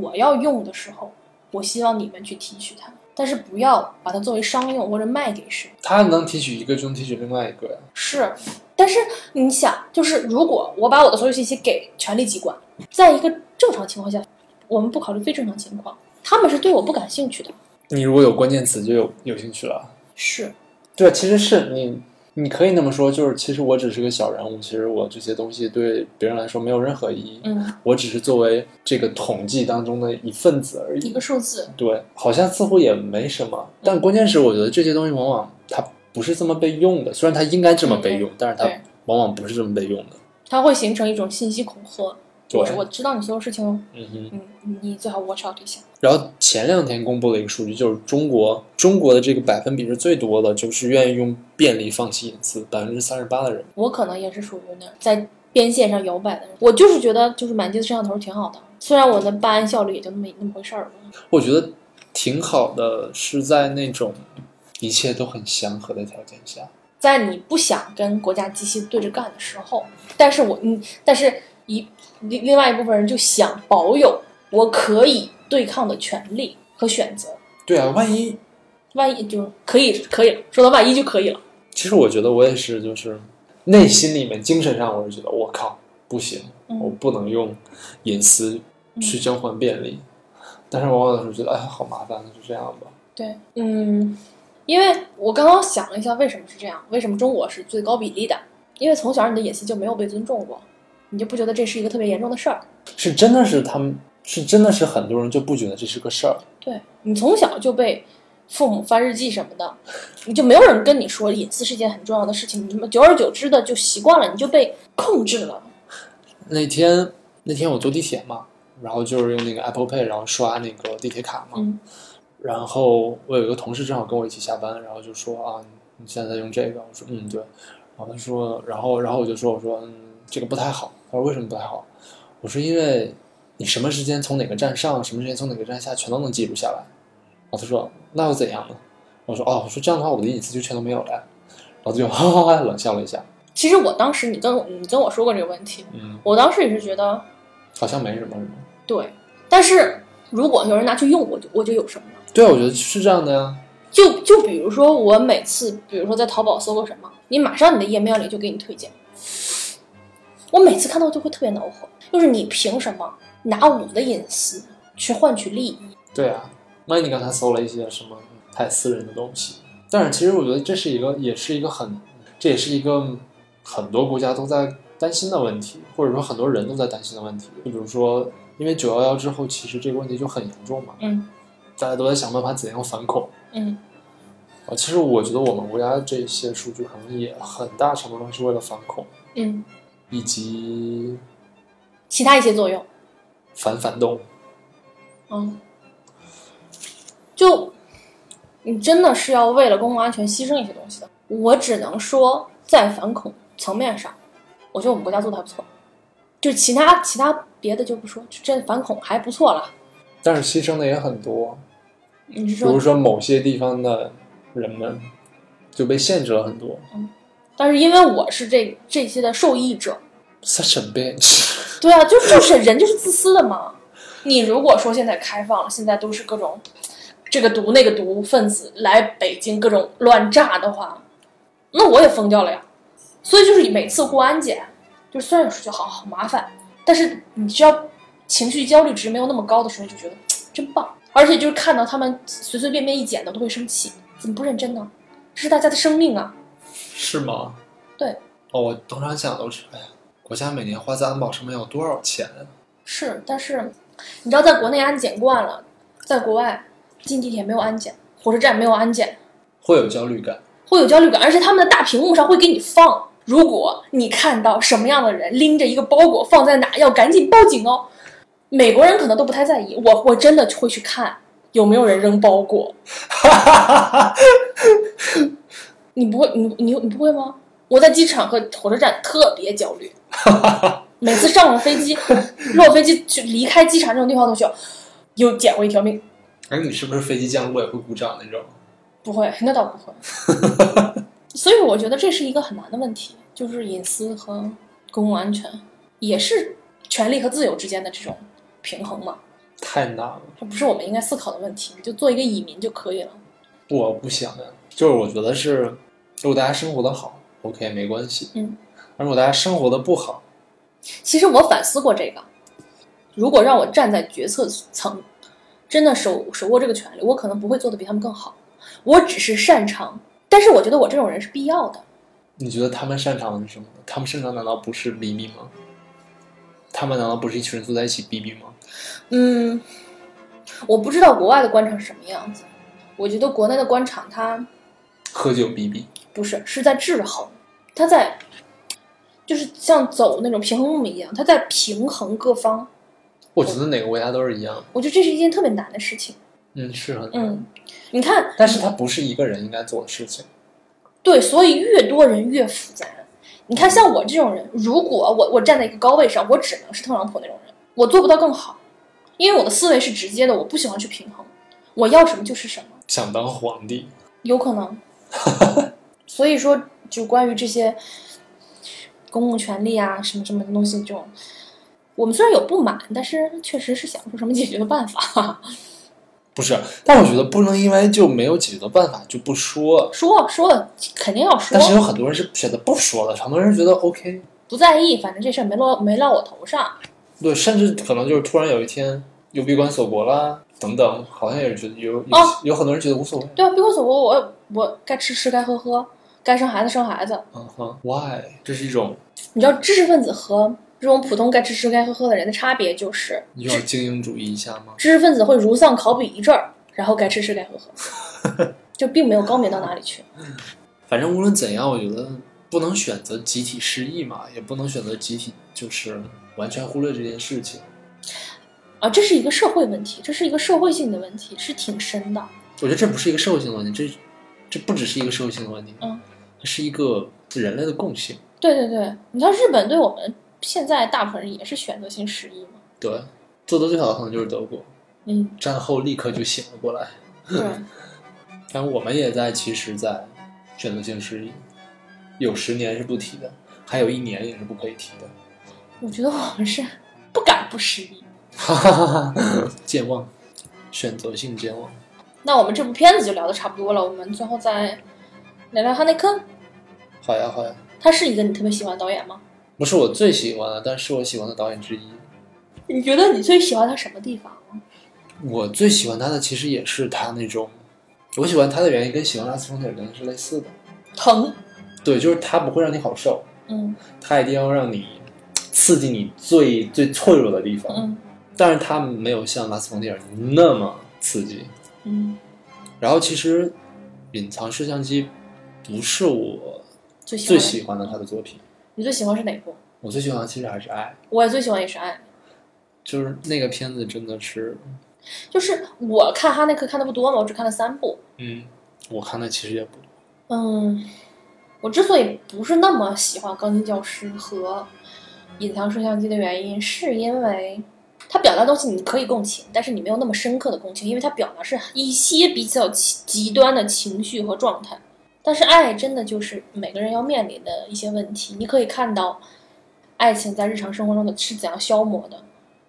我要用的时候，我希望你们去提取它，但是不要把它作为商用或者卖给谁。他能提取一个就能提取另外一个呀。是，但是你想，就是如果我把我的所有信息给权力机关，在一个正常情况下，我们不考虑非正常情况，他们是对我不感兴趣的。你如果有关键词就有有兴趣了。是，对，其实是你，你可以那么说，就是其实我只是个小人物，其实我这些东西对别人来说没有任何意义，嗯，我只是作为这个统计当中的一份子而一已个。数字，对，好像似乎也没什嗯么，但关键是我觉得这些东西往往它不是这么被用的，虽然它应该这么被用，但是它嗯对往往不是这么被用的。它会形成一种信息恐吓。对我我知道你所有事情，嗯哼。嗯，你最好 watch out 一下。然后前两天公布了一个数据，就是中国中国的这个百分比是最多的，就是愿意用便利放弃隐私，百分之三十八的人。我可能也是属于那种在边线上摇摆的人。我就是觉得，就是满街的摄像头挺好的，虽然我的办案效率也就那么那么回事儿吧。我觉得挺好的，是在那种一切都很祥和的条件下。在你不想跟国家机器对着干的时候，但是我嗯，但是一另另外一部分人就想保有我可以对抗的权利和选择，对啊，万一万一就可以可以了，说到万一就可以了。其实我觉得我也是，就是内心里面、精神上，我是觉得我靠不行，嗯我不能用隐私去交换便利。但是往往有时候觉得哎，好麻烦，就这样吧。对，嗯，因为我刚刚想了一下，为什么是这样？为什么中国是最高比例的？因为从小你的隐私就没有被尊重过，你就不觉得这是一个特别严重的事儿。是真的是他们，是真的是很多人就不觉得这是个事儿。对你从小就被父母翻日记什么的，你就没有人跟你说隐私是一件很重要的事情，你们久而久之的就习惯了，你就被控制了。那天那天我坐地铁嘛，然后就是用那个 Apple Pay，然后刷那个地铁卡嘛。嗯然后我有一个同事正好跟我一起下班，然后就说啊，你现在在用这个？我说嗯对。然后他说，然后然后我就说我说嗯这个不太好。他说为什么不太好？我说因为你什么时间从哪个站上，什么时间从哪个站下，全都能记录下来。然后他说那又怎样呢？我说哦，我说这样的话我的隐私就全都没有了呀。然后他就 哈哈哈冷笑了一下，其实我当时你跟我你跟我说过这个问题，嗯，我当时也是觉得好像没什么什么。对，但是如果有人拿去用，我就我就有什么了。对啊，我觉得是这样的呀。就就比如说我每次，比如说在淘宝搜个什么，你马上你的页面里就给你推荐。我每次看到就会特别恼火，就是你凭什么拿我的隐私去换取利益？对啊，万一你刚才搜了一些什么太私人的东西，但是其实我觉得这是一个，也是一个很，这也是一个很多国家都在担心的问题，或者说很多人都在担心的问题。就比如说，因为九幺幺之后，其实这个问题就很严重嘛，嗯大家都在想办法怎样反恐。嗯，啊，其实我觉得我们国家这些数据可能也很大程度上是为了反恐，嗯，以及其他一些作用，反反动。嗯，就你真的是要为了公共安全牺牲一些东西的。我只能说，在反恐层面上，我觉得我们国家做的还不错，就其他其他别的就不说，就这反恐还不错了。但是牺牲的也很多，你是比如说，说某些地方的人们就被限制了很多。但是因为我是这这些的受益者， Such a bitch，对啊，就就是人就是自私的嘛。你如果说现在开放了，现在都是各种这个毒那个毒分子来北京各种乱炸的话，那我也疯掉了呀。所以就是每次过安检，就虽然有时候就好好麻烦，但是你只要情绪焦虑值没有那么高的时候，就觉得嘖真棒。而且就是看到他们随随便便一捡的都会生气，怎么不认真呢？这是大家的生命啊！ 是吗？对。哦，我通常想都是，哎呀，国家每年花在安保上面有多少钱啊？是，但是你知道，在国内安检惯了，在国外进地铁没有安检，火车站没有安检，会有焦虑感。会有焦虑感，而且他们的大屏幕上会给你放如果你看到什么样的人拎着一个包裹放在哪，要赶紧报警哦。美国人可能都不太在意，我我真的会去看有没有人扔包裹。 你不会，你你你不会吗？我在机场和火车站特别焦虑，每次上了飞机，落飞机去离开机场这种地方都需要，又捡回一条命。哎，你是不是飞机降落也会鼓掌那种？不会，那倒不会。所以我觉得这是一个很难的问题，就是隐私和公共安全，也是权利和自由之间的这种平衡嘛。太难了，这不是我们应该思考的问题，就做一个蚁民就可以了。我不想呀。就是我觉得是，如果大家生活的好，OK 没关系。嗯。而如果大家生活的不好，其实我反思过这个，如果让我站在决策层，真的手手握这个权利，我可能不会做的比他们更好。我只是擅长，但是我觉得我这种人是必要的。你觉得他们擅长的是什么？他们擅长难道不是 BB 吗？他们难道不是一群人坐在一起 BB 吗？嗯，我不知道国外的官场是什么样子，我觉得国内的官场它喝酒 BB，不是是在制衡，它在就是像走那种平衡木一样，它在平衡各方。我觉得哪个国家都是一样的。我觉得这是一件特别难的事情。嗯，是很难。嗯，你看，但是它不是一个人应该做的事情。对，所以越多人越复杂。你看，像我这种人，如果我我站在一个高位上，我只能是特朗普那种人，我做不到更好，因为我的思维是直接的，我不喜欢去平衡，我要什么就是什么，想当皇帝，有可 能。所以说，就关于这些公共权利啊，什么什么东西这种，我们虽然有不满，但是确实是想不出什么解决的办法。不是？但我觉得不能因为就没有解决的办法就不说。说说了肯定要说但，是有很多人是选择不说的，很多人觉得 OK，不在意，反正这事儿没落没落我头上。对，甚至可能就是突然有一天有闭关锁国啦，等等，好像也是觉得有有、哦有很多人觉得无所谓。对啊，闭关锁国，我我该吃吃，该喝喝，该生孩子生孩子。嗯哼，Why？这是一种你知道知识分子和这种普通该吃吃该喝喝的人的差别就是，有点精英主义一下吗？知识分子会如丧考妣一阵儿，然后该吃吃该喝喝， 就并没有高明到哪里去。反正无论怎样，我觉得不能选择集体失忆嘛，也不能选择集体就是完全忽略这件事情。啊，这是一个社会问题，这是一个社会性的问题，是挺深的。我觉得这不是一个社会性的问题，这这不只是一个社会性的问题，嗯，它是一个人类的共性。对对对，你知道日本对我们现在大部分人也是选择性失忆吗？对，做得最好的可能就是德国，嗯，战后立刻就醒了过来。对，但我们也在，其实，在选择性失忆，有十年是不提的，还有一年也是不可以提的。 我觉得我们是不敢不失忆。哈哈哈！健忘，选择性健忘。那我们这部片子就聊的差不多了，我们最后再聊聊哈内克。好呀，好呀，他是一个你特别喜欢的导演吗？不是我最喜欢的，但是我喜欢的导演之一。你觉得你最喜欢他什么地方？我最喜欢他的其实也是他那种，我喜欢他的原因跟喜欢拉斯冯特尔原因是类似的。疼，对，就是他不会让你好受，嗯他一定要让你刺激你最最脆弱的地方。嗯但是他没有像拉斯冯特尔那么刺激。嗯，然后其实《隐藏摄像机》不是我最喜欢最的喜欢的他的作品，你最喜欢是哪部？我最喜欢的其实还是《爱我也最喜欢也是爱，》，就是那个片子真的是，就是我看哈内克看的不多嘛，我只看了三部。嗯，我看的其实也不多。嗯，我之所以不是那么喜欢《钢琴教师》和《隐藏摄像机》的原因，是因为它表达的东西你可以共情，但是你没有那么深刻的共情，因为它表达是一些比较极极端的情绪和状态。但是爱真的就是每个人要面临的一些问题，你可以看到爱情在日常生活中的是怎样消磨的，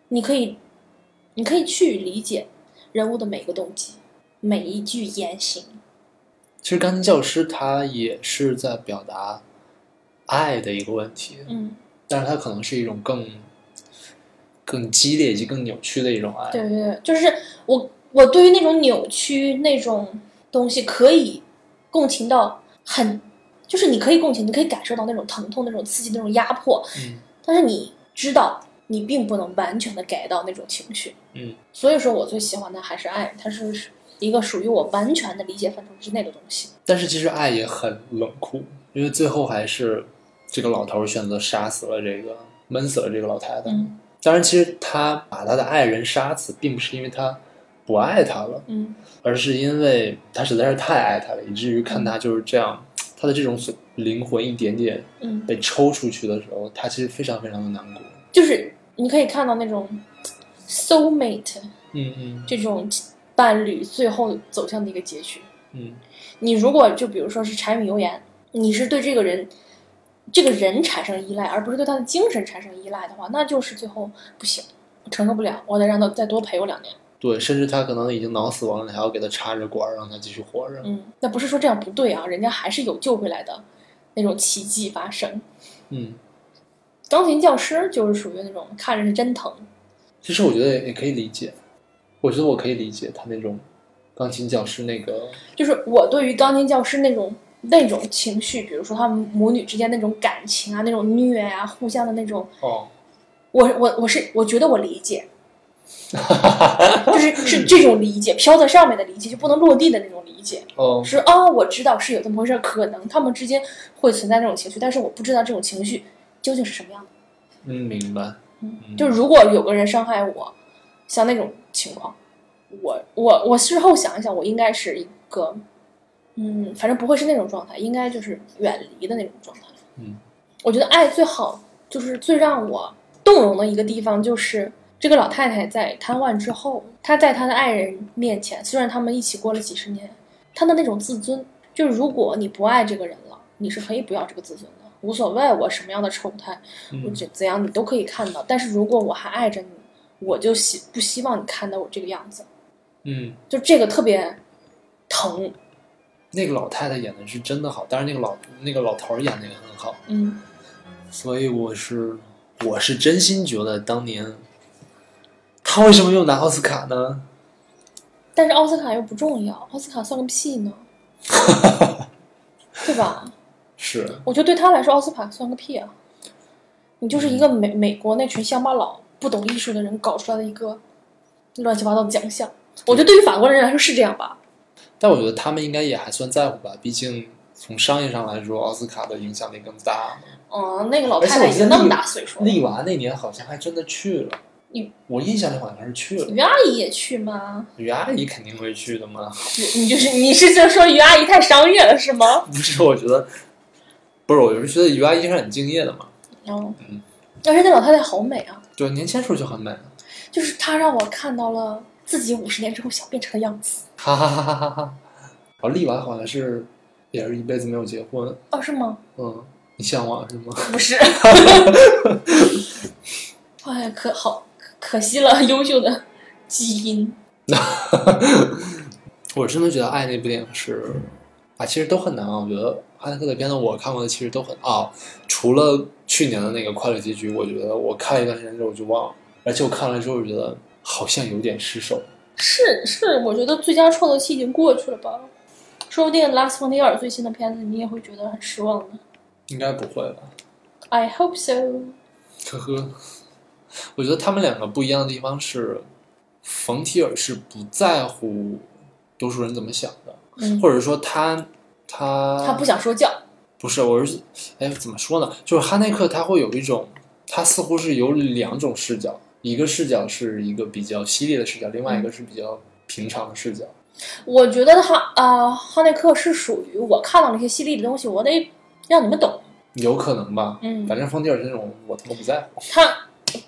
你可以，你可以去理解人物的每个动机、每一句言行。其实《钢琴教师》他也是在表达爱的一个问题，嗯，但是它可能是一种更更激烈以及更扭曲的一种爱。对对对，就是我我对于那种扭曲那种东西可以共情到很，就是你可以共情，你可以感受到那种疼痛、那种刺激、那种压迫，嗯但是你知道你并不能完全的改到那种情绪。嗯，所以说我最喜欢的还是爱，它是一个属于我完全的理解范畴之内的东西。但是其实爱也很冷酷，因为最后还是这个老头儿选择杀死了这个闷死了这个老太太。嗯当然，其实他把他的爱人杀死，并不是因为他不爱他了，嗯而是因为他实在是太爱他了，以至于看他就是这样，他的这种灵魂一点点嗯，被抽出去的时候，他其实非常非常的难过。就是你可以看到那种 soul mate 嗯嗯这种伴侣最后走向的一个结局。嗯你如果就比如说是柴米油盐，你是对这个人，这个人产生依赖，而不是对他的精神产生依赖的话，那就是最后不行，承受不了，我得让他再多陪我两年。对，甚至他可能已经脑死亡了，你还要给他插着管儿让他继续活着。嗯，那不是说这样不对啊，人家还是有救回来的那种奇迹发生。嗯，钢琴教师就是属于那种看着是真疼，其实我觉得也可以理解，我觉得我可以理解他那种钢琴教师那个，就是我对于钢琴教师那种那种情绪，比如说他们母女之间那种感情啊，那种虐啊，互相的那种，哦，我我我是我觉得我理解，就是是这种理解，飘在上面的理解，就不能落地的那种理解。哦，是哦，我知道是有这么回事儿，可能他们之间会存在这种情绪，但是我不知道这种情绪究竟是什么样的。嗯，明白。嗯，就是如果有个人伤害我，像那种情况，我我我事后想一想，我应该是一个，嗯，反正不会是那种状态，应该就是远离的那种状态。嗯，我觉得爱最好就是最让我动容的一个地方，就是这个老太太在瘫痪之后，她在她的爱人面前，虽然他们一起过了几十年，她的那种自尊，就是如果你不爱这个人了，你是可以不要这个自尊的，无所谓我什么样的丑态。我嗯怎怎样你都可以看到。但是如果我还爱着你，我就希不希望你看到我这个样子，嗯，就这个特别疼。那个老太太演的是真的好，当然那个老那个老头儿演的也很好，嗯所以我是我是真心觉得当年他为什么又拿奥斯卡呢？但是奥斯卡又不重要，奥斯卡算个屁呢，对吧？是，我觉得对他来说，奥斯卡算个屁啊！你就是一个美美国那群乡巴佬不懂艺术的人搞出来的一个乱七八糟的奖项。我觉得对于法国人来说是这样吧，但我觉得他们应该也还算在乎吧，毕竟从商业上来说，奥斯卡的影响力更大。嗯，那个老而且太太我已觉得经那那么个大岁数了，丽娃那年好像还真的去了你，我印象里好像是去了，于阿姨也去吗？于阿姨肯定会去的嘛。 你你就是你是就说于阿姨太商业了是吗？不是，我觉得不是，我是觉得于阿姨是很敬业的嘛，哦嗯，而且那老太太好美啊，对，年轻时候就很美，就是她让我看到了自己五十年之后想变成的样子。哈哈哈哈哈哈。然后丽娃好像是也是一辈子没有结婚，哦，是吗？嗯，你向往是吗？ 不是。 哎，可好可可惜了，优秀的基因。我真的觉得《爱》那部电影是啊，其实都很难啊。我觉得哈内克的片子我看过的其实都很啊，除了去年的那个《快乐结局》，我觉得我看了一段时间之后我就忘了，而且我看了之后我觉得好像有点失手。是是，我觉得最佳创作期已经过去了吧，说不定拉斯冯提尔最新的片子你也会觉得很失望呢。应该不会吧？ I hope so。呵呵，我觉得他们两个不一样的地方是，冯提尔是不在乎多数人怎么想的，嗯，或者说他他他不想说教。不是，我是哎怎么说呢？就是哈内克他会有一种，他似乎是有两种视角，一个视角是一个比较犀利的视角，另外一个是比较平常的视角。我觉得哈呃哈内克是属于我看到那些犀利的东西，我得让你们懂。有可能吧，嗯反正冯提尔这种我他妈不在乎。他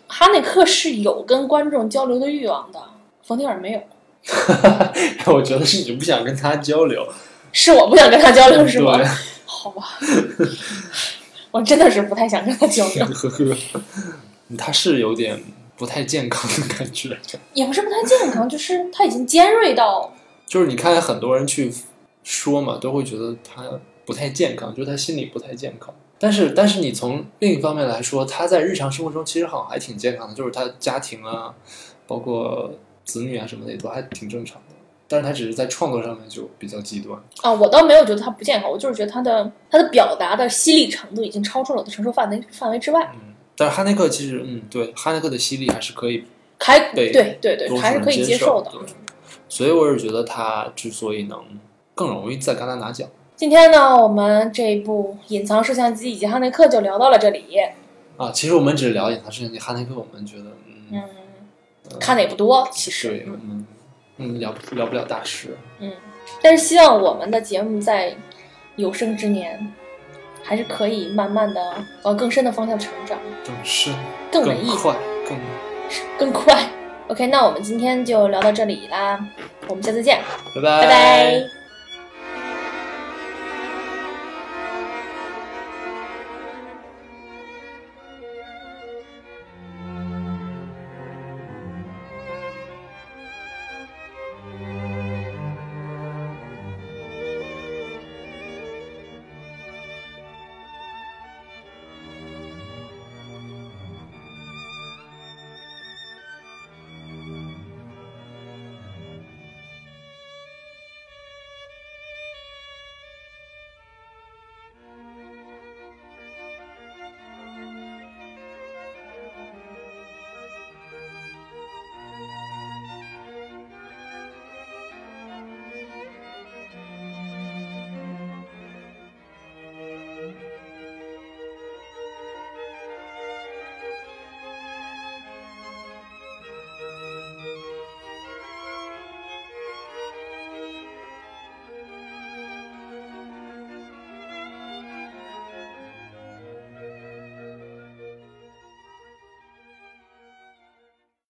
哈内克是有跟观众交流的欲望的，冯提尔没有， 我觉得是你不想跟他交流，是我不想跟他交流是吗对？好吧， 我真的是不太想跟他交流，呵呵，他是有点不太健康的感觉。也不是不太健康，就是他已经尖锐到就是你看很多人去说嘛，都会觉得他不太健康，就是他心理不太健康。但是，但是你从另一方面来说，他在日常生活中其实好像还挺健康的，就是他家庭啊，包括子女啊什么的也都还挺正常的。但是他只是在创作上面就比较极端。啊，我倒没有觉得他不健康，我就是觉得他的他的表达的犀利程度已经超出了我的承受范围范围之外，嗯，但是哈内克其实，嗯，对，哈内克的犀利还是可以还被对对对，多数还是人可以接接受的。对所以我是觉得他之所以能更容易在戛纳拿奖，今天呢，我们这一部《隐藏摄像机》以及哈内克就聊到了这里。啊，其实我们只聊隐藏摄像机哈内克，我们觉得嗯，嗯，看的也不多，其对实，我嗯们嗯聊不聊不了大师，嗯，但是希望我们的节目在有生之年，还是可以慢慢的往更深的方向成长，更深、更更文艺，快、更更快。OK，那我们今天就聊到这里啦，我们下次见，拜拜拜拜